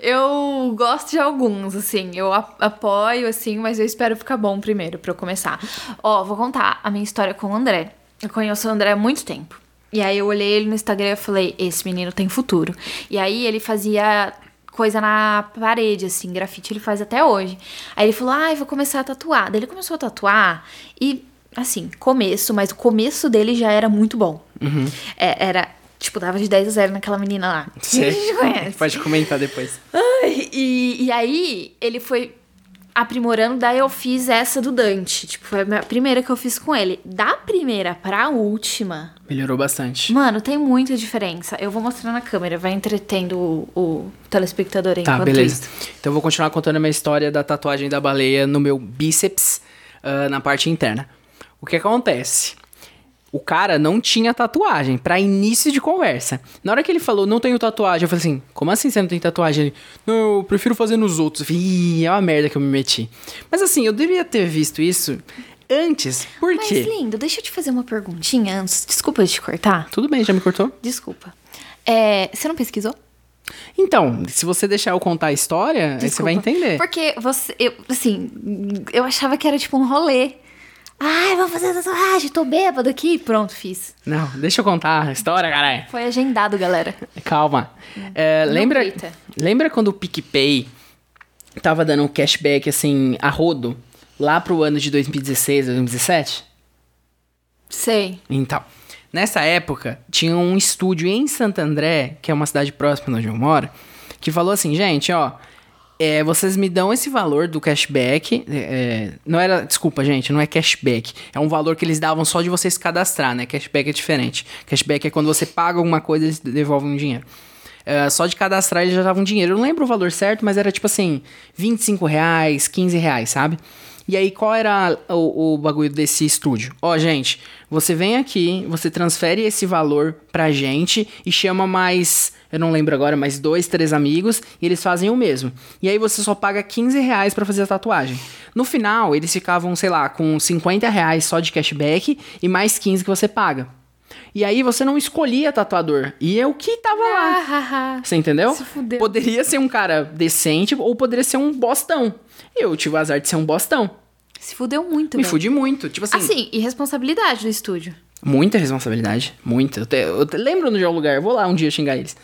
Eu gosto de alguns, assim. Eu a- apoio, assim, mas eu espero ficar bom primeiro pra eu começar. Ó, vou contar a minha história com o André. Eu conheço o André há muito tempo. E aí eu olhei ele no Instagram e falei, esse menino tem futuro. E aí ele fazia coisa na parede, assim, grafite ele faz até hoje. Aí ele falou, ai, vou começar a tatuar. Daí ele começou a tatuar e, assim, começo, mas o começo dele já era muito bom. É, era, tipo, dava de 10 a 0 naquela menina lá. Que a gente conhece.
Pode comentar depois.
Ai, e, e aí ele foi aprimorando, daí eu fiz essa do Dante. Tipo, foi a minha- primeira que eu fiz com ele. Da primeira pra última,
Melhorou bastante.
mano, tem muita diferença. Eu vou mostrar na câmera, vai entretendo o, o telespectador aí
Tá,
enquanto
beleza.
isso.
Então eu vou continuar contando a minha história da tatuagem da baleia no meu bíceps, ah, na parte interna. O que acontece? O cara não tinha tatuagem, pra início de conversa. Na hora que ele falou, não tenho tatuagem, eu falei assim, como assim você não tem tatuagem? Ele, não, eu prefiro fazer nos outros. Eu falei, Ih, é uma merda que eu me meti. Mas assim, eu deveria ter visto isso antes, por
Mas,
quê?
lindo, deixa eu te fazer uma perguntinha antes. Desculpa te cortar.
Tudo bem, já me cortou?
Desculpa. É, você não pesquisou?
Então, se você deixar eu contar a história, aí você vai
Desculpa.
entender.
Porque você, eu, assim, eu achava que era tipo um rolê. Ai, vou fazer tatuagem, tô bêbado aqui. Pronto, fiz.
Não, deixa eu contar a história, caralho.
Foi agendado, galera.
Calma. É,
Não
lembra,
grita.
lembra quando o PicPay tava dando um cashback, assim, a rodo? Lá pro ano de 2016, 2017?
Sei.
Então, nessa época, tinha um estúdio em Santo André, que é uma cidade próxima de onde eu moro, que falou assim, gente, ó, é, vocês me dão esse valor do cashback, é, é, não era, desculpa, gente, não é cashback, é um valor que eles davam só de vocês cadastrar, né? Cashback é diferente. Cashback é quando você paga alguma coisa e eles devolvem um dinheiro. É, só de cadastrar eles já davam dinheiro. Eu não lembro o valor certo, mas era tipo assim, 25 reais, 15 reais, sabe? E aí, qual era o, o bagulho desse estúdio? Ó, gente, você vem aqui, você transfere esse valor pra gente e chama mais, eu não lembro agora, mais dois, três amigos e eles fazem o mesmo. E aí você só paga 15 reais pra fazer a tatuagem. No final, eles ficavam, sei lá, com 50 reais só de cashback e mais 15 que você paga. E aí você não escolhia tatuador. E eu que tava lá.
Ah,
Você entendeu?
Se fudeu.
Poderia ser um cara decente ou poderia ser um bostão. Eu tive o azar de ser um bostão.
Se fudeu muito,
Me
velho.
fudi muito. Tipo assim,
Assim, irresponsabilidade do estúdio.
muita responsabilidade. Muita. Eu, te- eu te- lembro onde é o lugar. eu Vou lá um dia xingar eles.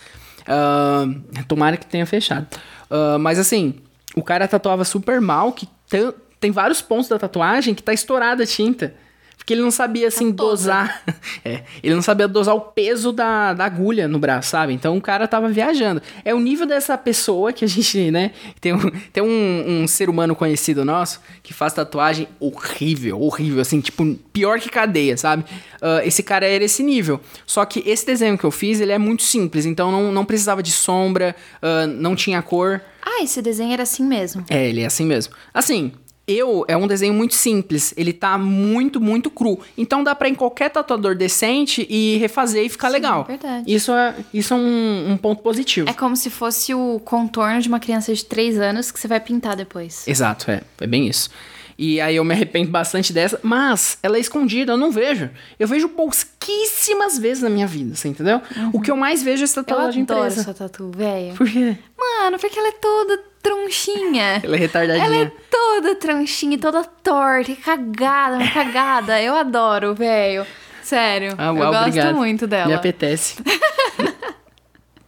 Ah, tomara que tenha fechado. Ah, mas assim, o cara tatuava super mal, que tan- tem vários pontos da tatuagem que tá estourada a tinta. Porque ele não sabia, assim,
Tá toda.
dosar. É, ele não sabia dosar o peso da, da agulha no braço, sabe? Então o cara tava viajando. É o nível dessa pessoa que a gente, né? Tem um, tem um, um ser humano conhecido nosso que faz tatuagem horrível, horrível, assim, tipo, pior que cadeia, sabe? Ah, esse cara era esse nível. Só que esse desenho que eu fiz, ele é muito simples, então não, não precisava de sombra, ah, não tinha cor.
Ah, esse desenho era assim mesmo.
É, ele é assim mesmo. Assim, eu é um desenho muito simples. Ele tá muito, muito cru. Então dá pra ir em qualquer tatuador decente e refazer e ficar
Sim,
legal.
verdade.
Isso é, isso é um, um ponto positivo.
É como se fosse o contorno de uma criança de 3 anos que você vai pintar depois.
Exato, é. É bem isso. E aí eu me arrependo bastante dessa, mas ela é escondida, eu não vejo. Eu vejo pouquíssimas vezes na minha vida, você entendeu? O que eu mais vejo é essa
Uhum. Eu
tatuagem
adoro
presa.
essa tatu, velho.
Por quê?
Mano, porque ela é toda tronchinha.
Ela é retardadinha.
Ela é toda tronchinha, toda torta, e cagada, uma cagada. Eu adoro, velho. Sério.
Ah, uau,
eu gosto
obrigado.
muito dela.
Me apetece.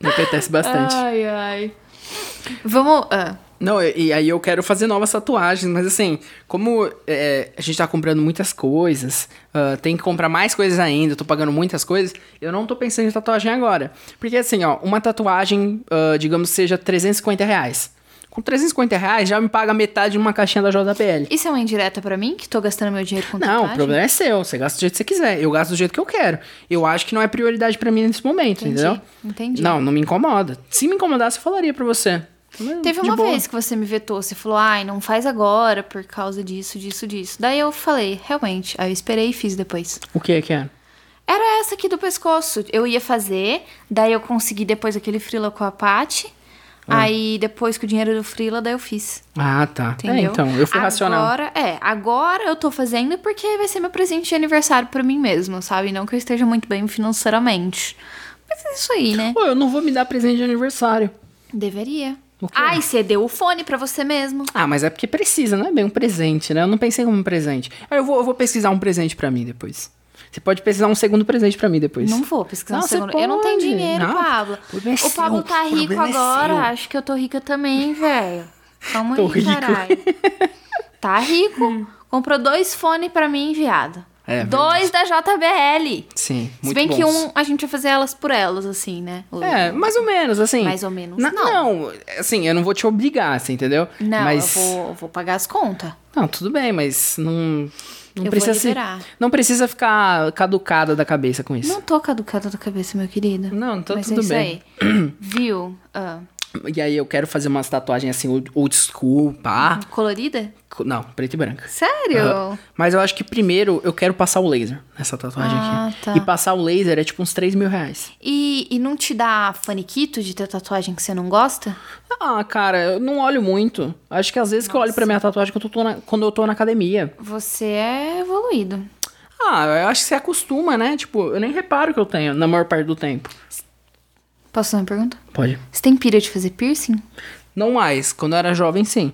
me apetece bastante.
Ai, ai. Vamos. ah,
Não, e e aí eu quero fazer novas tatuagens, mas assim, como é, a gente tá comprando muitas coisas, ah, tem que comprar mais coisas ainda, eu tô pagando muitas coisas, eu não tô pensando em tatuagem agora. Porque assim, ó, uma tatuagem, ah, digamos, seja 350 reais. Com 350 reais já me paga metade de uma caixinha da JBL.
isso é uma indireta pra mim, que tô gastando meu dinheiro com
Não,
tatuagem?
o problema é seu, você gasta do jeito que você quiser, eu gasto do jeito que eu quero. Eu acho que não é prioridade pra mim nesse momento,
Entendi,
entendeu?
entendi.
Não, não me incomoda. Se me incomodasse, eu falaria pra você.
Teve
é De
uma
boa.
vez que você me vetou, você falou, ai, não faz agora por causa disso, disso, disso. Daí eu falei, realmente. Aí eu esperei e fiz depois.
O que que é?
Era essa aqui do pescoço. Eu ia fazer, daí eu consegui depois aquele frila com a Paty. Aí depois com o dinheiro do frila, daí eu fiz.
Ah, tá. É,
Entendeu?
então, eu fui racional.
Agora, é, agora eu tô fazendo porque vai ser meu presente de aniversário pra mim mesmo, sabe? Não que eu esteja muito bem financeiramente. Mas é isso aí, né?
Pô, eu não vou me dar presente de aniversário.
Deveria.
O quê?
Ai, você deu o fone pra você mesmo.
Ah, mas é porque precisa, não é bem um presente, né? Eu não pensei como um presente. Ah, eu vou, eu vou pesquisar um presente pra mim depois. Você pode pesquisar um segundo presente pra mim depois.
Não vou pesquisar
Não,
um
você
segundo. Eu não tenho
pode.
dinheiro,
Não,
Pablo.
o problema é
O Pablo
seu,
tá
o
rico
problema é
agora.
seu.
Acho que eu tô rica também, velho. Calma
Tô
aí,
rico. Hum.
caralho. Tá rico. Comprou dois fones pra mim, viado.
É,
dois da JBL.
Sim, muito
Se bem que
bons.
um a gente vai fazer elas por elas, assim, né? O-
É, mais ou menos, assim.
Mais ou menos,
Na-
não.
Não, assim, eu não vou te obrigar, você entendeu?
Não,
mas...
eu vou, eu vou pagar as contas.
Não, tudo bem, mas não... Não
vou
precisa se-
liberar.
Não precisa ficar caducada da cabeça com isso.
Não tô caducada da cabeça, meu querido.
Não, então
Mas
tudo
é isso
bem.
aí. Viu? Ah,
E aí eu quero fazer umas tatuagens assim, old old school, pá.
Colorida?
Co- Não, preto e branca.
Sério?
Ah. Aham. Mas eu acho que primeiro eu quero passar o laser nessa tatuagem
Ah,
aqui.
tá.
E passar o laser é tipo uns 3 mil reais.
E, e não te dá faniquito de ter tatuagem que você não gosta?
Ah, cara, eu não olho muito. Acho que às vezes que eu olho pra minha tatuagem quando eu, tô na, quando eu tô na academia.
Você é evoluído.
Ah, eu acho que você acostuma, né? Tipo, eu nem reparo que eu tenho na maior parte do tempo.
Posso fazer uma pergunta?
Pode.
Você tem pira de fazer piercing?
Não mais. Quando eu era jovem, sim.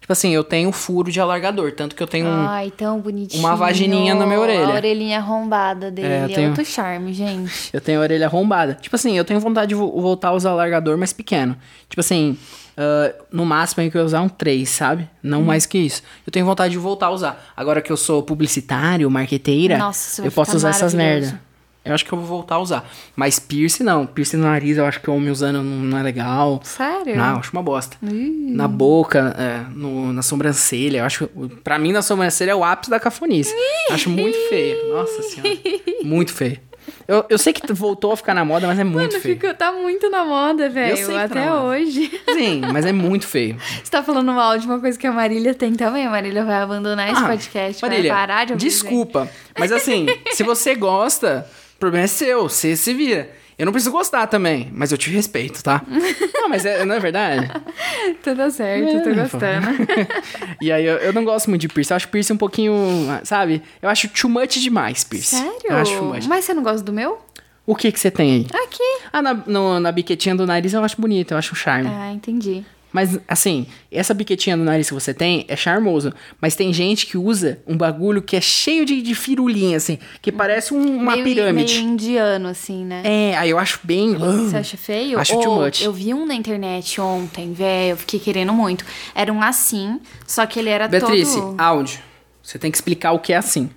Tipo assim, eu tenho furo de alargador, tanto que eu tenho um.
Ai, tão bonitinho.
uma vagininha na minha orelha.
A orelhinha arrombada dele.
É,
É,
eu tenho-
outro charme, gente.
Eu tenho a orelha arrombada. Tipo assim, eu tenho vontade de vo- voltar a usar alargador, mas pequeno. Tipo assim, ah, no máximo eu ia usar um 3, sabe? Não
Uhum.
mais que isso. Eu tenho vontade de voltar a usar. Agora que eu sou publicitário, marqueteira,
Nossa, isso vai
eu posso
ficar
usar essas
maravilhoso.
merda. Eu acho que eu vou voltar a usar. Mas piercing não. Piercing no nariz eu acho que eu me usando não não é legal.
Sério?
Não, Ah, eu acho uma bosta. Na boca, é, no- na sobrancelha. Eu acho. Pra mim, na sobrancelha é o ápice da cafonice. acho muito feio. Nossa senhora. Muito feio. Eu, eu sei que voltou a ficar na moda, mas é muito
Mano,
feio.
ficou- tá muito na moda,
Eu sei que
velho.
tá
Até
na moda.
hoje.
Sim, mas é muito feio.
Você tá falando mal de uma coisa que a Marília tem também. A Marília vai abandonar esse
Ah,
podcast,
Marília,
vai parar de ouvir
Desculpa, mas assim, se você gosta, o problema é seu, você se vira. Eu não preciso gostar também, mas eu te respeito, tá? Não, mas é, não é verdade?
gente. Tudo certo, eu tô
É,
tá gostando.
E aí, eu, eu não gosto muito de piercing. Eu acho piercing um pouquinho, sabe? Eu acho too much demais, piercing.
Sério?
Eu acho too much.
Mas você não gosta do meu?
O que que você tem aí?
Aqui.
Ah, na, no- na biquetinha do nariz eu acho bonito, eu acho um charme.
Ah, entendi.
Mas, assim, essa biquetinha do nariz que você tem é charmoso. Mas tem gente que usa um bagulho que é cheio de, de firulinha, assim, que parece um- uma
meio,
pirâmide.
Meio indiano, assim, né?
É, aí eu acho bem...
Você acha feio?
Acho
Ou,
too much.
Eu vi um na internet ontem, velho. Eu fiquei querendo muito. Era um assim, só que ele era
Beatrice,
todo...
áudio. Você tem que explicar o que é assim.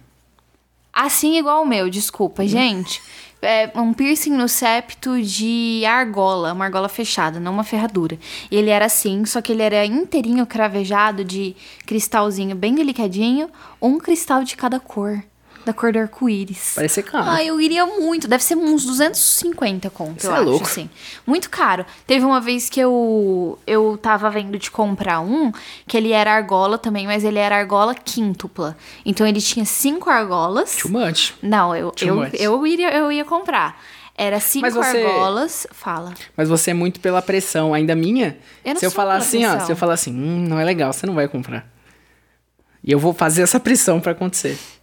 Assim igual o meu, desculpa,
Uhum.
gente. É um piercing no septo de argola, uma argola fechada, não uma ferradura. E ele era assim, só que ele era inteirinho cravejado de cristalzinho bem delicadinho, um cristal de cada cor, da cor do arco-íris.
Parece ser caro.
Ah, eu iria muito. Deve ser uns 250 conto,
Cê
eu
é
acho,
louco.
assim. Muito caro. Teve uma vez que eu eu tava vendo de comprar um, que ele era argola também, mas ele era argola quíntupla. Então ele tinha cinco argolas.
Too much.
Não, eu,
Too
eu,
much.
eu, iria, eu ia comprar. Era cinco
Mas você-
argolas. Fala.
Mas você é muito pela pressão, ainda minha.
Eu não
se eu
sou
falar
pela
assim, ó,
pressão.
se eu falar assim, hum, não é legal, você não vai comprar. E eu vou fazer essa pressão pra acontecer.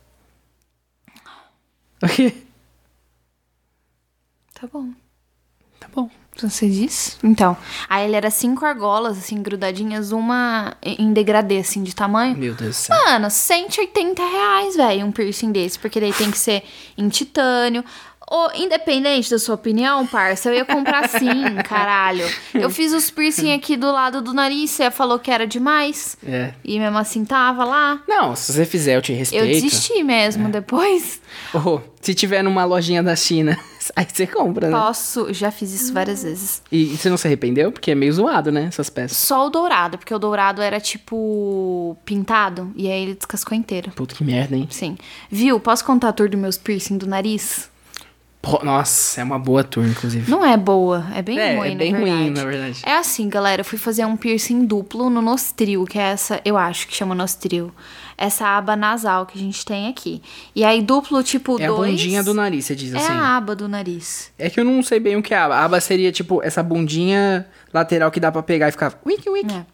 Ok?
Tá bom.
Tá bom.
Você disse? Então. Aí ele era cinco argolas, assim, grudadinhas, uma em degradê, assim, de tamanho.
Meu Deus do céu.
Mano, 180 reais, velho, um piercing desse. Porque daí tem que ser em titânio. Ou, independente da sua opinião, parça, eu ia comprar sim, caralho. Eu fiz os piercing aqui do lado do nariz, você falou que era demais.
É.
E mesmo assim tava lá.
Não, se você fizer, eu te
Eu
respeito.
desisti mesmo depois.
Oh, se tiver numa lojinha da China, aí você compra, né?
Posso, já fiz isso várias vezes.
E você não se arrependeu? Porque é meio zoado, né? Essas peças.
Só o dourado, porque o dourado era tipo pintado e aí ele descascou inteiro.
Puta que merda, hein?
Sim. Viu? Posso contar a tour dos meus piercing do nariz?
Pô, nossa, é uma boa tour, inclusive.
Não é boa, é bem
É,
ruim,
é
na
bem
verdade.
ruim, na verdade.
É assim, galera, eu fui fazer um piercing duplo no nostril, que é essa, eu acho que chama nostril. Essa aba nasal que a gente tem aqui. E aí, duplo tipo
é a
dois.
bundinha do nariz, você diz
É
assim.
a aba do nariz.
É que eu não sei bem o que é a aba. A aba seria, tipo, essa bundinha lateral que dá pra pegar e ficar... Wink, wink.
É.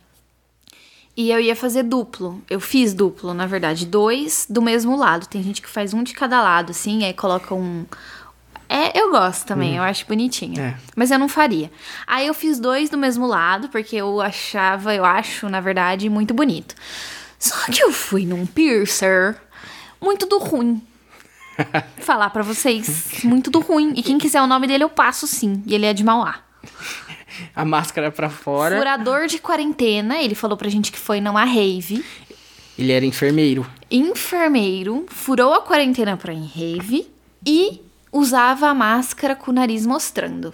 E eu ia fazer duplo. Eu fiz duplo, na verdade. Dois do mesmo lado. Tem gente que faz um de cada lado, assim, aí coloca um. É, eu gosto também, eu acho bonitinho.
É.
Mas eu não faria. Aí eu fiz dois do mesmo lado, porque eu achava, eu acho, na verdade, muito bonito. Só que eu fui num piercer muito do ruim. Falar pra vocês, muito do ruim. E quem quiser o nome dele, eu passo sim. E ele é de Mauá.
A máscara pra fora.
Furador de quarentena, ele falou pra gente que foi numa rave.
Ele era enfermeiro.
Enfermeiro, furou a quarentena pra em rave e usava a máscara com o nariz mostrando.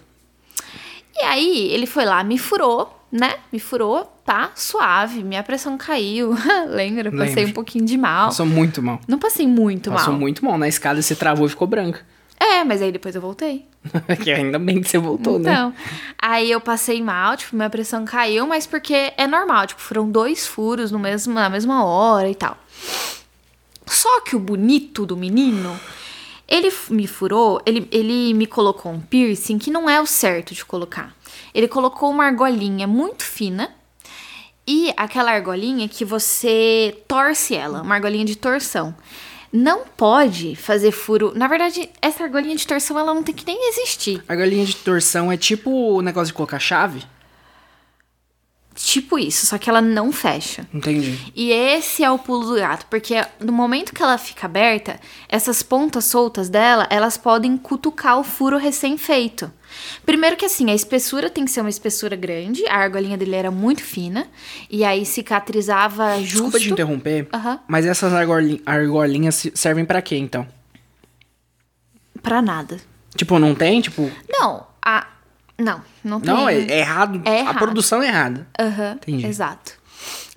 E aí, ele foi lá, me furou, né? Me furou, tá? Suave, minha pressão caiu. Lembra? Eu Passei
Lembro.
um pouquinho de mal.
Passou muito mal.
Não passei muito
Passou
mal.
muito mal. Na escada você travou e ficou branca.
É, mas aí depois eu voltei.
que ainda bem que você voltou, né?
Então, aí eu passei mal, tipo, minha pressão caiu, mas porque é normal, tipo, foram dois furos no mesmo, na mesma hora e tal. Só que o bonito do menino, ele f- me furou, ele, ele me colocou um piercing que não é o certo de colocar. Ele colocou uma argolinha muito fina e aquela argolinha que você torce ela, uma argolinha de torção. Não pode fazer furo. Na verdade, essa argolinha de torção ela não tem que nem existir.
A galinha de torção é tipo o negócio de colocar chave?
Tipo isso, só que ela não fecha.
Entendi.
E esse é o pulo do gato, porque no momento que ela fica aberta, essas pontas soltas dela, elas podem cutucar o furo recém-feito. Primeiro que assim, a espessura tem que ser uma espessura grande, a argolinha dele era muito fina, e aí cicatrizava justo.
Desculpa te interromper,
Aham.
mas essas argolin- argolinhas se- servem pra quê, então?
Pra nada.
Tipo, não tem? Tipo,
Não, a... Não, não tem...
não, é, é errado.
É
A
errado.
produção é errada.
Aham,
Entendi.
exato.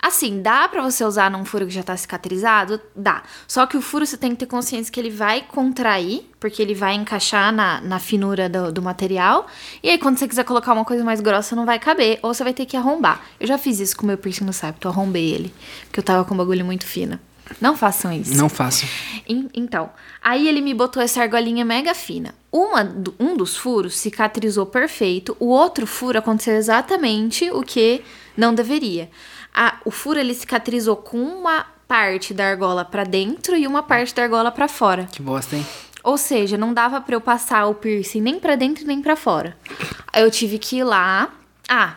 Assim, dá pra você usar num furo que já tá cicatrizado? Dá. Só que o furo você tem que ter consciência que ele vai contrair, porque ele vai encaixar na, na finura do, do material. E aí, quando você quiser colocar uma coisa mais grossa, não vai caber, ou você vai ter que arrombar. Eu já fiz isso com o meu piercing no septo, eu arrombei ele, porque eu tava com o bagulho muito fino. Não façam isso.
Não faço.
En- Então, aí ele me botou essa argolinha mega fina. Uma, do- um dos furos cicatrizou perfeito, o outro furo aconteceu exatamente o que não deveria. A- o furo ele cicatrizou com uma parte da argola pra dentro e uma parte da argola pra fora.
Que bosta, hein?
Ou seja, não dava pra eu passar o piercing nem pra dentro nem pra fora. Aí Eu tive que ir lá. Ah,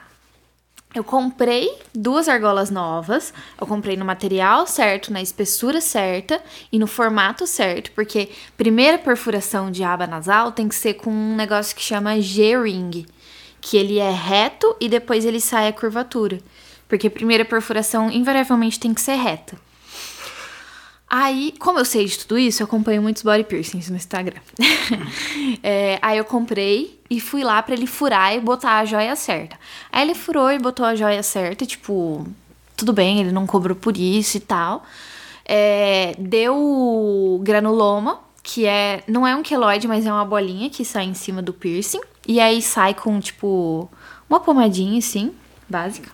eu comprei duas argolas novas. Eu comprei no material certo, na espessura certa e no formato certo, porque primeira perfuração de aba nasal tem que ser com um negócio que chama G-ring, que ele é reto e depois ele sai a curvatura, porque primeira perfuração invariavelmente tem que ser reta. Aí, como eu sei de tudo isso, eu acompanho muitos body piercings no Instagram. É, aí eu comprei e fui lá pra ele furar e botar a joia certa. Aí ele furou e botou a joia certa, e, tipo, tudo bem, ele não cobrou por isso e tal. É, deu granuloma, que é não é um queloide, mas é uma bolinha que sai em cima do piercing. E aí sai com, tipo, uma pomadinha, assim, básica.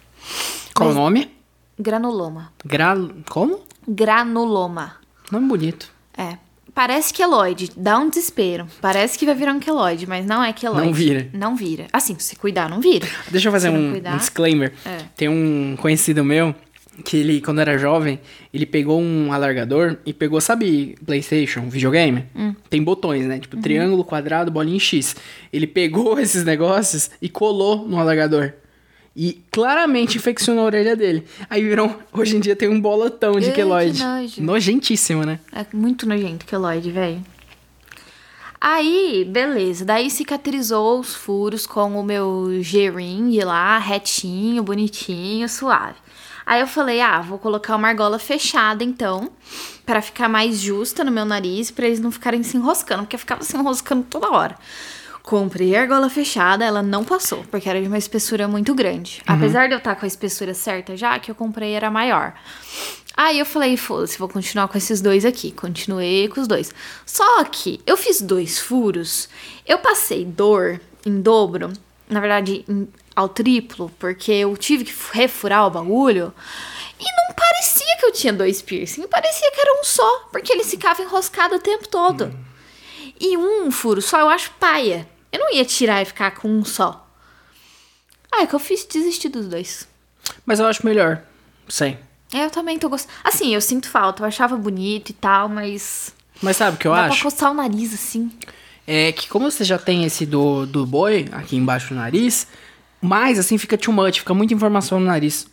Qual o nome?
Granuloma.
Gra... Como?
Granuloma.
Nome bonito.
É. Parece queloide, dá um desespero. Parece que vai virar um queloide, mas não é queloide.
Não vira.
Não vira. Assim, se cuidar, não vira.
Deixa eu fazer
Se não
um,
cuidar-
um disclaimer.
É.
Tem um conhecido meu que ele, quando era jovem, ele pegou um alargador e pegou, sabe, Playstation, videogame?
Hum.
Tem botões, né?
Uhum.
Tipo, triângulo, quadrado, bolinha e X. Ele pegou esses negócios e colou no alargador. E claramente infeccionou a orelha dele. Aí virou, hoje em dia tem um bolotão de
Ih, que
queloide.
nojo.
Nojentíssimo, né?
É muito nojento queloide, velho. Aí, beleza. Daí cicatrizou os furos com o meu G-ring lá, retinho, bonitinho, suave. Aí eu falei, ah, vou colocar uma argola fechada então, pra ficar mais justa no meu nariz, pra eles não ficarem se enroscando, porque eu ficava se enroscando toda hora. Comprei a argola fechada, ela não passou, porque era de uma espessura muito grande. Apesar de eu estar com a espessura certa já, a que eu comprei era maior. Aí eu falei, foda-se, vou continuar com esses dois aqui. Continuei com os dois. Só que eu fiz dois furos, eu passei dor em dobro, na verdade em- ao triplo, porque eu tive que fu- refurar o bagulho. E não parecia que eu tinha dois piercing, parecia que era um só, porque ele ficava enroscado o tempo todo. E um furo só eu acho paia. Eu não ia tirar e ficar com um só. Ah, é que eu fiz desistir dos dois.
Mas eu acho melhor. Sei.
É, Eu também tô gostando. Assim, eu sinto falta. Eu achava bonito e tal, mas.
Mas sabe o que eu
dá
acho?
pra coçar o nariz, assim.
É que como você já tem esse do, do boi aqui embaixo do nariz, mais assim fica too much, fica muita informação no nariz.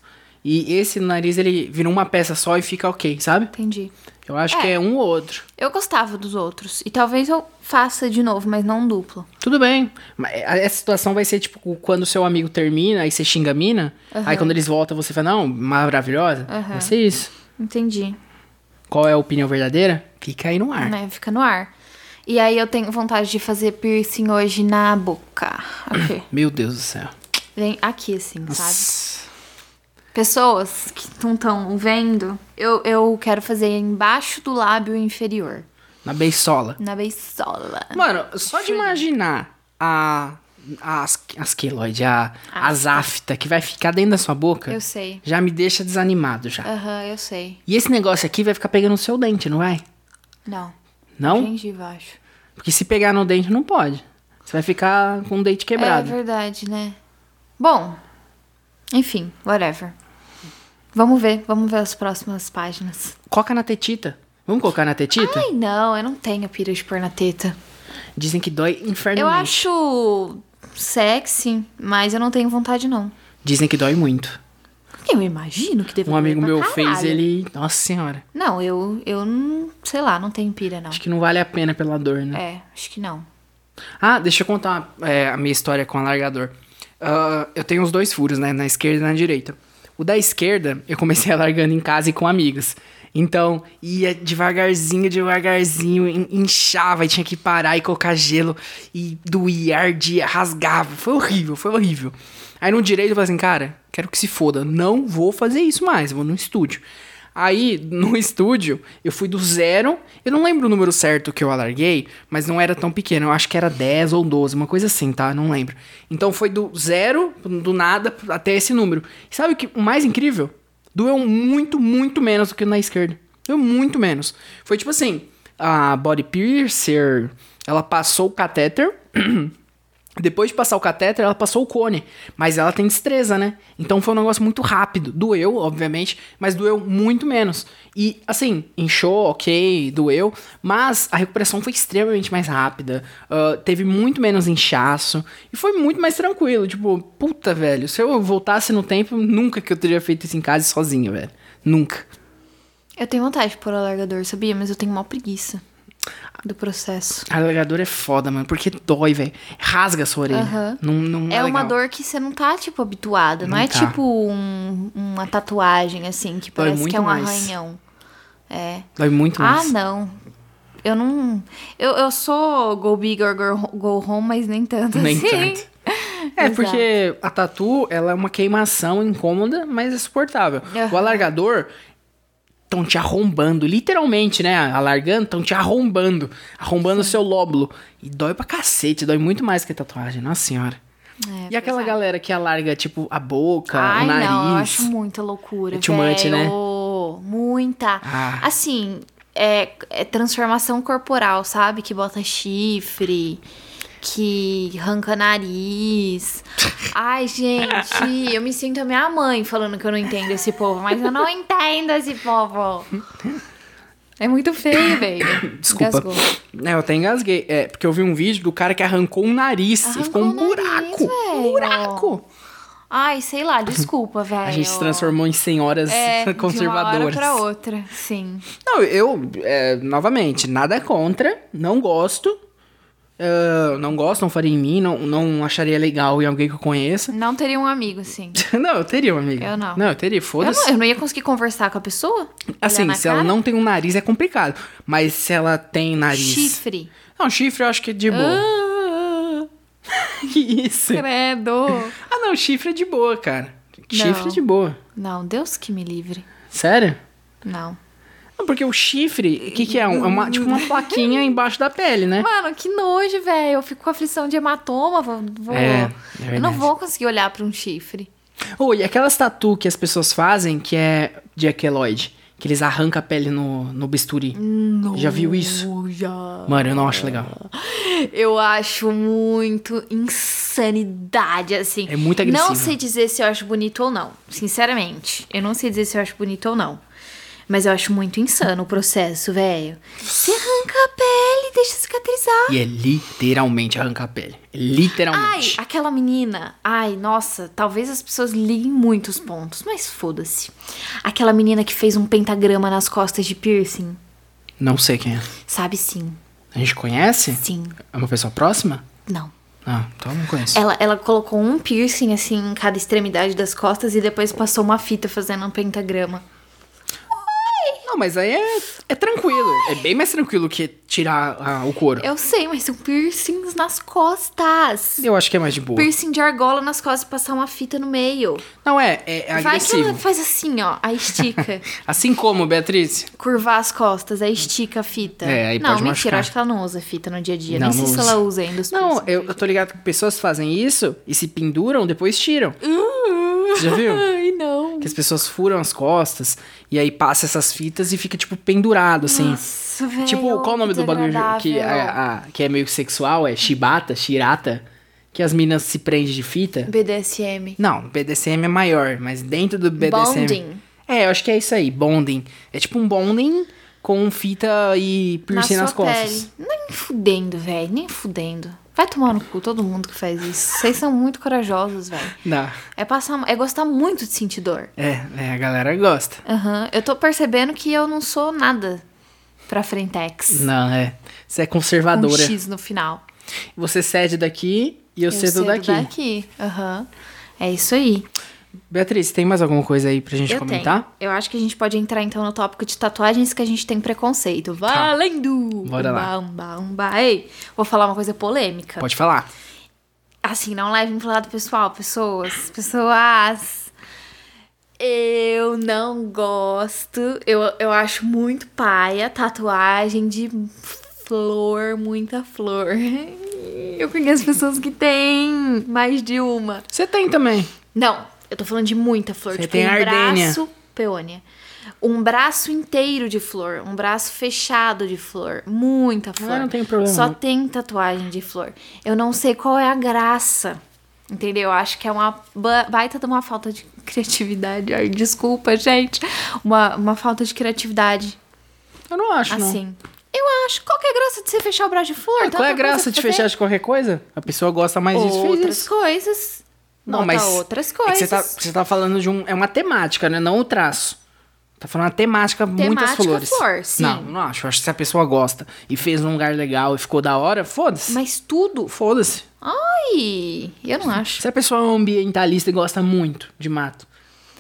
E esse no nariz ele vira uma peça só e fica ok, sabe?
Entendi.
Eu acho que é um ou outro.
Eu gostava dos outros. E talvez eu faça de novo, mas não duplo.
Tudo bem. Mas a- Essa situação vai ser tipo quando seu amigo termina, aí você xinga a mina, aí quando eles voltam você fala, não, maravilhosa. Vai ser isso.
Entendi.
Qual é a opinião verdadeira? Fica aí no ar.
Né? Fica no ar. E aí eu tenho vontade de fazer piercing hoje na boca. Aqui.
Meu Deus do céu.
Vem aqui, assim, sabe?
Nossa.
Pessoas que não estão vendo, eu, eu quero fazer embaixo do lábio inferior.
Na beisola.
Na beisola.
Mano,
Tá
só de imaginar a. A as- asqueloide, a, a zafta que vai ficar dentro da sua boca.
Eu sei.
Já me deixa desanimado já.
Aham, eu sei.
E esse negócio aqui vai ficar pegando no seu dente, não vai?
Não.
Não?
Gengiva, acho.
Porque se pegar no dente, não pode. Você vai ficar com o dente quebrado.
É verdade, né? Bom, enfim, whatever. Vamos ver, vamos ver as próximas páginas.
Coca na tetita. Vamos colocar na tetita?
Ai, não, eu não tenho pira de pôr na teta.
Dizem que dói infernalmente.
Eu acho sexy, mas eu não tenho vontade, não.
Dizem que dói muito.
Eu imagino que deve
Um amigo
doer
meu
pra
fez,
caralho.
ele. Nossa senhora.
Não, eu, eu não, sei lá, não tenho pira, não.
Acho que não vale a pena pela dor, né?
É, acho que não.
Ah, deixa eu contar é, a minha história com o alargador. Ah, eu tenho os dois furos, né? Na esquerda e na direita. O da esquerda, eu comecei alargando em casa e com amigos. Então, ia devagarzinho, devagarzinho, in- inchava e tinha que parar e colocar gelo. E doía, ardia, rasgava. Foi horrível, foi horrível. Aí no direito eu falei assim, cara, quero que se foda. Não vou fazer isso mais, vou no estúdio. Aí, no estúdio, eu fui do zero. Eu não lembro o número certo que eu alarguei, mas não era tão pequeno. Eu acho que era 10 ou 12, uma coisa assim, tá? Não lembro. Então foi do zero, do nada, até esse número. E sabe o que o mais incrível? Doeu muito, muito menos do que na esquerda. Doeu muito menos. Foi tipo assim: a Body Piercer, ela passou o catéter. Depois de passar o catéter, ela passou o cone. Mas ela tem destreza, né? Então foi um negócio muito rápido. Doeu, obviamente, mas doeu muito menos. E, assim, inchou, ok, doeu. Mas a recuperação foi extremamente mais rápida. ah, teve muito menos inchaço. E foi muito mais tranquilo. Tipo, puta, velho. Se eu voltasse no tempo, nunca que eu teria feito isso em casa sozinho, velho. Nunca.
Eu tenho vontade de pôr alargador, sabia? Mas eu tenho mal preguiça do processo.
Alargador é foda, mano. Porque dói, velho. Rasga a sua orelha.
Aham.
Não, não
É, uma
legal.
dor que você não tá, tipo, habituada. Não,
Não
é
tá.
tipo um- uma tatuagem, assim, que
Dói
parece que
muito
é um
mais.
arranhão. É.
Dói muito
Ah,
mais.
não. Eu não. Eu, eu sou go big or go, go home, mas nem tanto
Nem
assim.
tanto. É,
Exato.
porque a tatu, ela é uma queimação incômoda, mas é suportável.
Aham.
O alargador, estão te arrombando, literalmente, né? Alargando, estão te arrombando. Arrombando o seu lóbulo. E dói pra cacete, dói muito mais que tatuagem, nossa senhora.
É,
e aquela
pois é.
galera que alarga, tipo, a boca,
Ai,
o nariz.
não, eu acho muita loucura.
É too much,
velho.
né?
Muita.
Ah.
Assim, é, é transformação corporal, sabe? Que bota chifre, que arranca nariz. Ai, gente, eu me sinto a minha mãe falando que eu não entendo esse povo, mas eu não entendo esse povo. É muito feio, velho.
Desculpa.
Engasgou.
É, eu até engasguei. É, porque eu vi um vídeo do cara que arrancou um nariz e ficou um
Arrancou o nariz,
buraco.
velho.
um buraco.
Ai, sei lá, desculpa, velho.
A gente se transformou em senhoras
é,
conservadoras.
De uma hora pra outra, sim.
Não, eu, é, novamente, nada contra, não gosto. Ah, não gosto, não faria em mim, não, não acharia legal em alguém que eu conheça.
Não teria um amigo, sim.
Não, eu teria uma amiga.
Eu não.
Não, eu teria,
Eu não,
foda-se.
eu não ia conseguir conversar com a pessoa? Olhar
Assim,
na
se
cara?
ela não tem um nariz é complicado. Mas se ela tem nariz.
Chifre.
Não, chifre eu acho que é de boa.
Ah,
Que isso?
credo.
Ah, não, chifre é de boa, cara. Chifre
Não.
é de boa.
Não, Deus que me livre.
Sério?
Não.
Não, porque o chifre, o que, que é? Um- É uma, tipo uma plaquinha embaixo da pele, né?
Mano, que nojo, velho. Eu fico com aflição de hematoma. Vou, vou-
É, é
eu não
verdade.
vou conseguir olhar pra um chifre.
Ou e aquelas tatu que as pessoas fazem que é de aqueloide, que eles arrancam a pele no, no bisturi. Já viu isso?
Já.
Mano, eu não acho legal.
Eu acho muito insanidade, assim.
É muito agressivo.
Não sei dizer se eu acho bonito ou não, sinceramente. Eu não sei dizer se eu acho bonito ou não. Mas eu acho muito insano o processo, velho. Você arranca a pele, deixa cicatrizar.
E é literalmente arrancar a pele.
Ai,
Literalmente.
aquela menina. Ai, nossa, talvez as pessoas liguem muitos pontos, mas foda-se. Aquela menina que fez um pentagrama nas costas de piercing.
Não sei quem é.
Sabe sim.
A gente conhece?
Sim.
É uma pessoa próxima?
Não.
Ah, então eu não conheço.
Ela, ela colocou um piercing, assim, em cada extremidade das costas e depois passou uma fita fazendo um pentagrama.
Não, mas aí é, é tranquilo. É bem mais tranquilo que tirar ah, o couro. Eu...
Eu sei, mas são piercings nas costas.
acho que é mais de boa.
Piercing de argola nas costas e passar uma fita no meio.
Não é, é, é
Vai que ela
agressivo.
faz assim, ó, aí estica.
Assim como, Beatriz?
curvar as costas, aí estica a fita.
É, aí
não,
pode
mentira,
machucar.
eu acho que ela não usa fita no dia a dia.
Não,
Nem sei
não
se
usa.
ela usa ainda os
Não,
piercings.
eu, eu tô ligado que pessoas fazem isso e se penduram, depois tiram. Já viu?
Ai, não.
Que as pessoas furam as costas e aí passa essas fitas e fica, tipo, pendurado, assim.
Nossa, velho.
tipo, qual o nome do bagulho que,
desagradável.
a- a- que é meio que sexual? É chibata, chirata? Que as minas se prendem de fita?
BDSM.
Não, BDSM é maior, mas dentro do BDSM...
Bonding.
É, eu acho que é isso aí, bonding. É tipo um bonding com fita e piercing
na
nas
sua
costas.
pele. Nem fudendo, velho. Nem fudendo. Vai tomar no cu todo mundo que faz isso. Vocês são muito corajosos, velho.
Não,
É passar, é gostar muito de sentir dor.
é, é, a galera gosta.
Aham. Eu tô percebendo que eu não sou nada pra frentex.
Não, é. Você é
Com um
conservadora.
X no final.
Você cede daqui e eu, cedo, daqui.
daqui. Aham. É isso aí.
Beatriz, tem mais alguma coisa aí pra gente
eu
comentar?
tenho. Eu acho que a gente pode entrar então no tópico de tatuagens que a gente tem preconceito. Valendo!
Tá. Bora lá.
Umba, umba, umba. Ei, vou falar uma coisa polêmica.
Pode falar.
Assim, não levem pro lado pessoal, pessoas. Pessoas. Eu não gosto. Eu, eu acho muito paia tatuagem de flor, muita flor. Eu conheço pessoas que têm mais de uma.
Você tem também.
Não, eu tô falando de muita flor.
Você
tipo,
tem
um
ardênia.
braço, peônia. Um braço inteiro de flor, um braço fechado de flor, muita flor.
Ah, não tem problema,
Só
não.
tem tatuagem de flor. Eu não sei qual é a graça. Entendeu? Eu acho que é uma ba- baita de uma falta de criatividade. Ai, desculpa, gente. Uma, uma falta de criatividade,
Eu não acho, não.
assim. Eu acho. Qual que é a graça de você fechar o braço de flor?
Ah,
Tanta
qual é a
coisa
graça
pra
de
fazer.
fechar de qualquer coisa? A pessoa gosta mais disso, fez
Outras
isso.
coisas.
Não,
Bota
mas
Outras
É que
coisas.
você, tá, você tá falando de um... É uma temática, né? Não o traço. Tá falando uma temática, muitas
Temática,
flores.
flor, sim.
Não, não acho. Acho que se a pessoa gosta e fez num lugar legal e ficou da hora, foda-se.
Mas tudo.
Foda-se.
Ai, eu não acho.
Se a pessoa é um ambientalista e gosta muito de mato,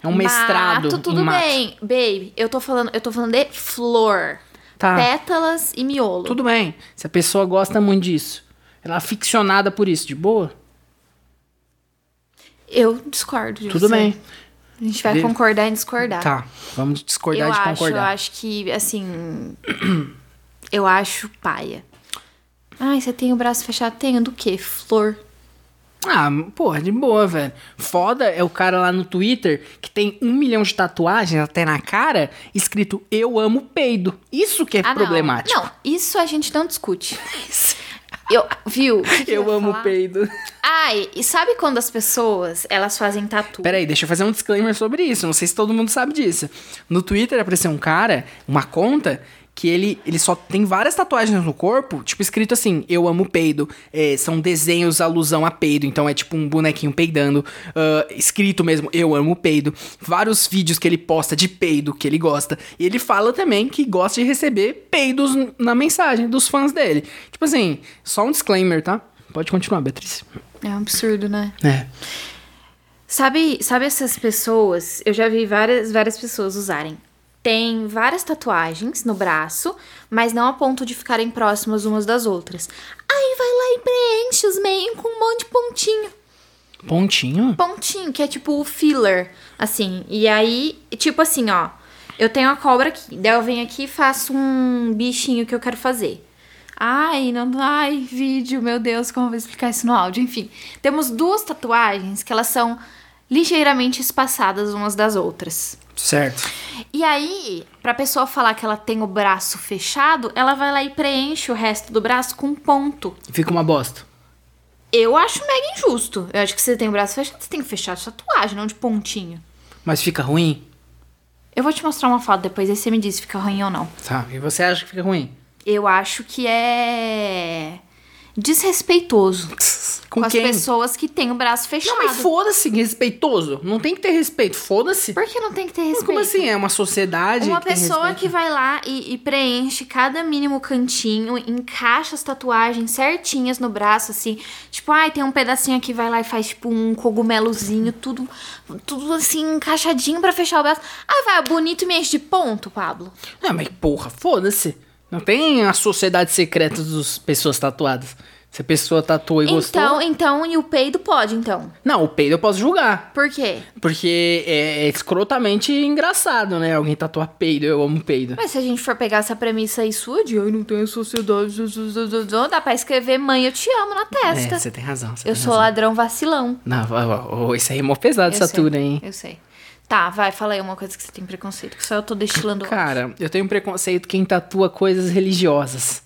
é um mestrado
Mato, tudo
em mato.
bem. Baby, eu tô falando, eu tô falando de flor.
Tá.
Pétalas e miolo.
Tudo bem. Se a pessoa gosta muito disso, ela é aficionada por isso, de boa,
Eu discordo disso.
tudo bem.
A gente vai
De-
concordar e discordar.
Tá, vamos discordar
eu
de
acho, eu
concordar.
acho que, assim. eu acho paia. Ai, você tem o braço fechado? Tenho do quê? Flor.
Ah, porra, de boa, velho. Foda é o cara lá no Twitter que tem um milhão de tatuagens até na cara, escrito Eu amo peido. Isso que é
Ah, não.
problemático.
Não, isso a gente não discute. Eu, viu? O que que
Eu
ia
amo
falar?
peido.
Ai, e sabe quando as pessoas, elas fazem tatu?
Peraí, deixa eu fazer um disclaimer sobre isso. Não sei se todo mundo sabe disso. No Twitter apareceu um cara, uma conta, que ele, ele só tem várias tatuagens no corpo, tipo, escrito assim, eu amo peido. É, são desenhos alusão a peido, então é tipo um bonequinho peidando. ah, escrito mesmo, eu amo peido. Vários vídeos que ele posta de peido, que ele gosta. E ele fala também que gosta de receber peidos n- na mensagem dos fãs dele. Tipo assim, só um disclaimer, tá? Pode continuar, Beatriz.
É um absurdo, né?
É.
Sabe, sabe essas pessoas? Eu já vi várias, várias pessoas usarem. Tem várias tatuagens no braço, mas não a ponto de ficarem próximas umas das outras. Aí vai lá e preenche os meios com um monte de pontinho.
Pontinho?
Pontinho, que é tipo o filler, assim. E aí, tipo assim, ó. Eu tenho a cobra aqui. Daí eu venho aqui e faço um bichinho que eu quero fazer. Ai, não. Ai, vídeo, meu Deus, como eu vou explicar isso no áudio? Enfim, temos duas tatuagens que elas são ligeiramente espaçadas umas das outras.
Certo.
E aí, pra pessoa falar que ela tem o braço fechado, ela vai lá e preenche o resto do braço com um ponto.
Fica uma bosta.
Eu acho mega injusto. Eu acho que se você tem o braço fechado, você tem que fechar a sua tatuagem, não de pontinho.
Mas fica ruim?
Eu vou te mostrar uma foto depois, aí você me diz se fica ruim ou não.
Tá. E você acha que fica ruim?
Eu acho que é. desrespeitoso. Com,
Com,
as
quem?
pessoas que têm o braço fechado.
Não, mas foda-se, respeitoso. Não tem que ter respeito, foda-se.
Por que não tem que ter respeito?
Como assim? É uma sociedade.
Uma
que tem
pessoa
respeito?
que vai lá e, e preenche cada mínimo cantinho, encaixa as tatuagens certinhas no braço, assim. Tipo, ai, tem um pedacinho aqui, vai lá e faz, tipo, um cogumelozinho, tudo, tudo assim, encaixadinho pra fechar o braço. Ai, vai, bonito e me enche de ponto, Pablo.
Ah, mas porra, foda-se. Não tem a sociedade secreta das pessoas tatuadas. Se a pessoa tatuou e
Então,
gostou.
então, e o peido pode, então.
Não, o peido eu posso julgar.
Por quê?
Porque é, é escrotamente engraçado, né? Alguém tatuar peido, eu amo peido.
Mas se a gente for pegar essa premissa aí sua de eu não tenho sociedade, zu, zu, zu, zu, zu", dá pra escrever mãe, eu te amo na testa.
É, você tem razão. você
eu
tem
sou
razão.
ladrão vacilão.
Não, ó, ó, ó, isso aí é mó pesado,
Eu
essa
sei,
turma, hein?
Eu sei. Tá, vai, fala aí uma coisa que você tem preconceito, que só eu tô destilando
Cara, eu tenho preconceito quem tatua coisas religiosas.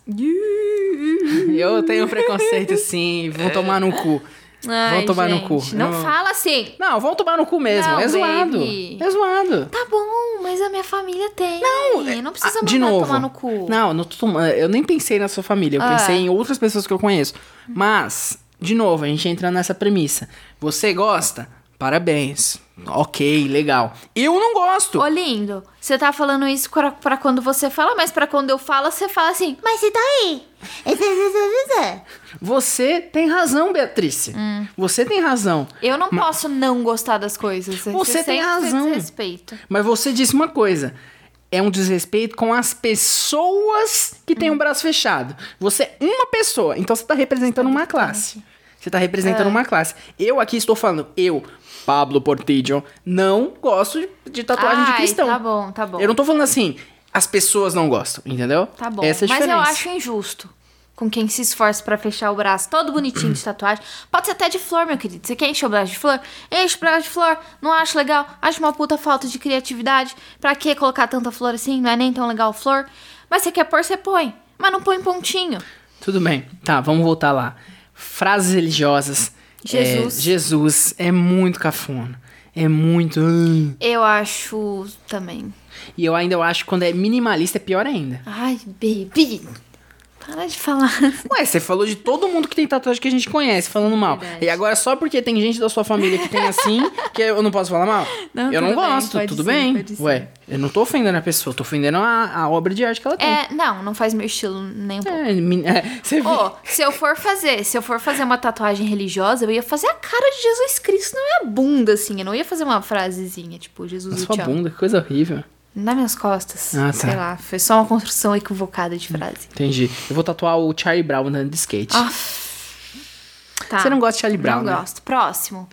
Hum.
Eu tenho preconceito, sim. Vão tomar no cu.
Ai,
vão tomar
gente,
no cu.
Não, fala assim.
Não, vão tomar no cu mesmo.
Não,
é zoado.
baby.
É zoado.
Tá bom, mas a minha família tem. Não, não precisa
Ah,
mandar
de novo.
tomar no cu.
Não, não tô toma- eu nem pensei na sua família, eu
Ah. Hum.
pensei em outras pessoas que eu conheço. Mas, de novo, a gente entra nessa premissa. Você gosta? Parabéns. Ok, legal. Eu não gosto.
Ô, lindo, você tá falando isso pra, pra quando você fala, mas pra quando eu falo, você fala assim. Mas e daí?
Você tem razão, Beatrice.
Hum.
Você tem razão.
Eu não posso não gostar das coisas.
Você tem
sempre
razão.
Desrespeito.
Mas você disse uma coisa. É um desrespeito com as pessoas que
Uhum.
têm o braço fechado. Você é uma pessoa, então você está representando uma classe. Você está
É.
representando uma classe. Eu aqui estou falando, eu, Pablo Portillo, não gosto de, de tatuagem de
Ai,
cristão.
Tá bom, tá bom.
Eu não tô falando assim, as pessoas não gostam, entendeu?
Tá bom.
Essa é a
Mas
diferença.
eu acho injusto. Com quem se esforça pra fechar o braço todo bonitinho de tatuagem. Pode ser até de flor, meu querido. Você quer encher o braço de flor? Enche o braço de flor. Não acho legal. Acho uma puta falta de criatividade. Pra que colocar tanta flor assim? Não é nem tão legal flor. Mas você quer pôr, você põe. Mas não põe pontinho.
Tudo bem. Tá, vamos voltar lá. Frases religiosas.
Jesus.
É, Jesus é muito cafona. É muito. "Ah".
Eu acho também.
E eu ainda eu acho que quando é minimalista é pior ainda.
Ai, baby. Para de falar.
Ué, você falou de todo mundo que tem tatuagem que a gente conhece, falando mal.
Verdade.
E agora, só porque tem gente da sua família que tem assim, que eu não posso falar mal?
Não,
eu não
tudo bem,
gosto,
pode
tudo
sim,
bem.
pode sim.
Ué, eu não tô ofendendo a pessoa, eu tô ofendendo a, a obra de arte que ela tem.
É, não, não faz meu estilo nem um pouco.
É, min- é, você vê.
Ô, se eu for fazer, se eu for fazer uma tatuagem religiosa, eu ia fazer a cara de Jesus Cristo na minha bunda, assim. Eu não ia fazer uma frasezinha, tipo,
na
Jesus eu
sua
te amo.
bunda, que coisa horrível.
Nas minhas costas.
Ah, tá.
Sei lá, foi só uma construção equivocada de frase.
Entendi. Eu vou tatuar o Charlie Brown andando de skate.
Ah, Tá.
Você não gosta de Charlie Brown,
Não
né?
gosto. Próximo.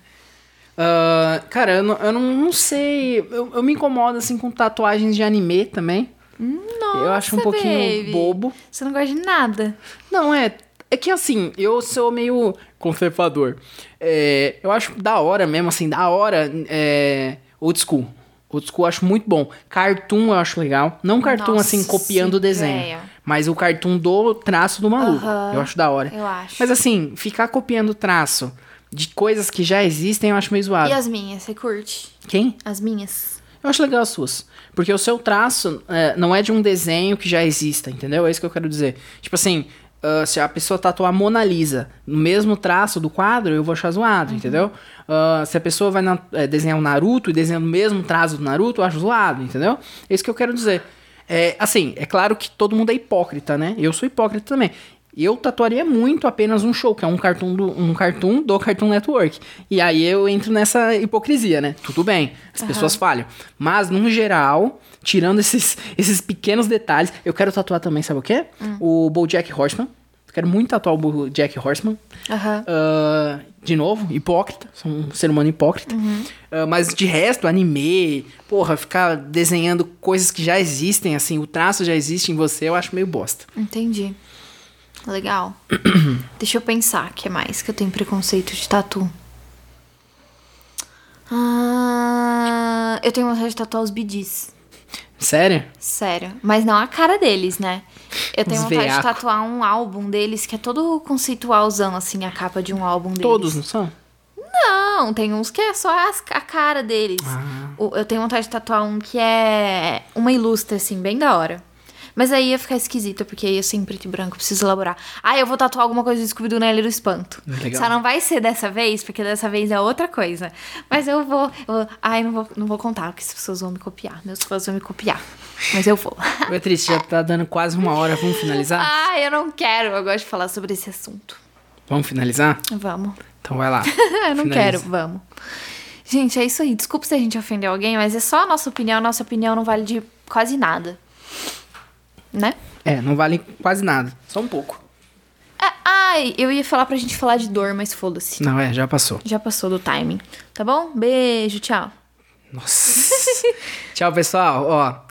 Ah, cara, eu não, eu não, não sei. Eu, eu me incomodo assim com tatuagens de anime também.
Nossa,
eu acho um pouquinho
baby.
bobo.
Você não gosta de nada.
Não, é. É que assim, eu sou meio conservador. É, eu acho da hora mesmo, assim, da hora. É, old school. Old school eu acho muito bom. Cartoon eu acho legal. Não cartoon
Nossa,
assim, copiando o desenho.
véia.
Mas o cartoon do traço do maluco.
Aham.
Eu acho da hora.
Eu acho.
Mas assim, ficar copiando o traço de coisas que já existem eu acho meio zoado.
E as minhas, você curte?
Quem?
As minhas?
Eu acho legal as suas. Porque o seu traço é, não é de um desenho que já exista, entendeu? É isso que eu quero dizer. Tipo assim, ah, se a pessoa tatuar Mona Lisa no mesmo traço do quadro, eu vou achar zoado, entendeu? Ah, se a pessoa vai na- eh, desenhar o Naruto e desenha o mesmo traço do Naruto, eu acho zoado, entendeu? É isso que eu quero dizer. É, assim, é claro que todo mundo é hipócrita, né? Eu sou hipócrita também. Eu tatuaria muito apenas um show, que é um cartoon do, um cartoon do Cartoon Network. E aí eu entro nessa hipocrisia, né? Tudo bem, as pessoas falham. Mas, no geral, tirando esses, esses pequenos detalhes, eu quero tatuar também, sabe o quê? O BoJack Horseman. Eu quero muito tatuar o BoJack Horseman.
Aham.
Ah, de novo, hipócrita. Sou um ser humano hipócrita.
Uhum.
Ah, mas de resto, anime, porra, ficar desenhando coisas que já existem, assim, o traço já existe em você, eu acho meio bosta.
Entendi. Legal. Deixa eu pensar, o que é mais que eu tenho preconceito de tatu? Ah, eu tenho vontade de tatuar os bidis.
Sério?
Sério. Mas não a cara deles, né? Eu tenho
Os
vontade de
veaco.
tatuar um álbum deles que é todo conceitualzão, assim, a capa de um álbum deles.
Todos, né? não são?
Não, tem uns que é só as- a cara deles. O- Eu tenho vontade de tatuar um que é uma ilustra, assim, bem da hora. Mas aí ia ficar esquisito, porque ia ser em preto e branco, preciso elaborar. Ah, eu vou tatuar alguma coisa do Scooby-Doo na Ilha do Espanto.
Legal.
Só não vai ser dessa vez, porque dessa vez é outra coisa. Mas eu vou... Eu vou ai, não vou, não vou contar, porque as pessoas vão me copiar. Meus fãs vão me copiar. Mas eu vou.
Beatriz, já tá dando quase uma hora. Vamos finalizar?
ah, eu não quero. Eu gosto de falar sobre esse assunto.
Vamos finalizar?
Vamos.
Então vai lá.
Ah. Eu não
Finaliza.
quero, vamos. Gente, é isso aí. Desculpa se a gente ofendeu alguém, mas é só a nossa opinião. A nossa opinião não vale de quase nada. Né?
É, não vale quase nada. Só um pouco.
É, ai, eu ia falar pra gente falar de dor, mas foda-se.
Não, é, já passou.
Já passou do timing. Tá bom? Beijo, tchau.
Nossa. Tchau, pessoal. Ó,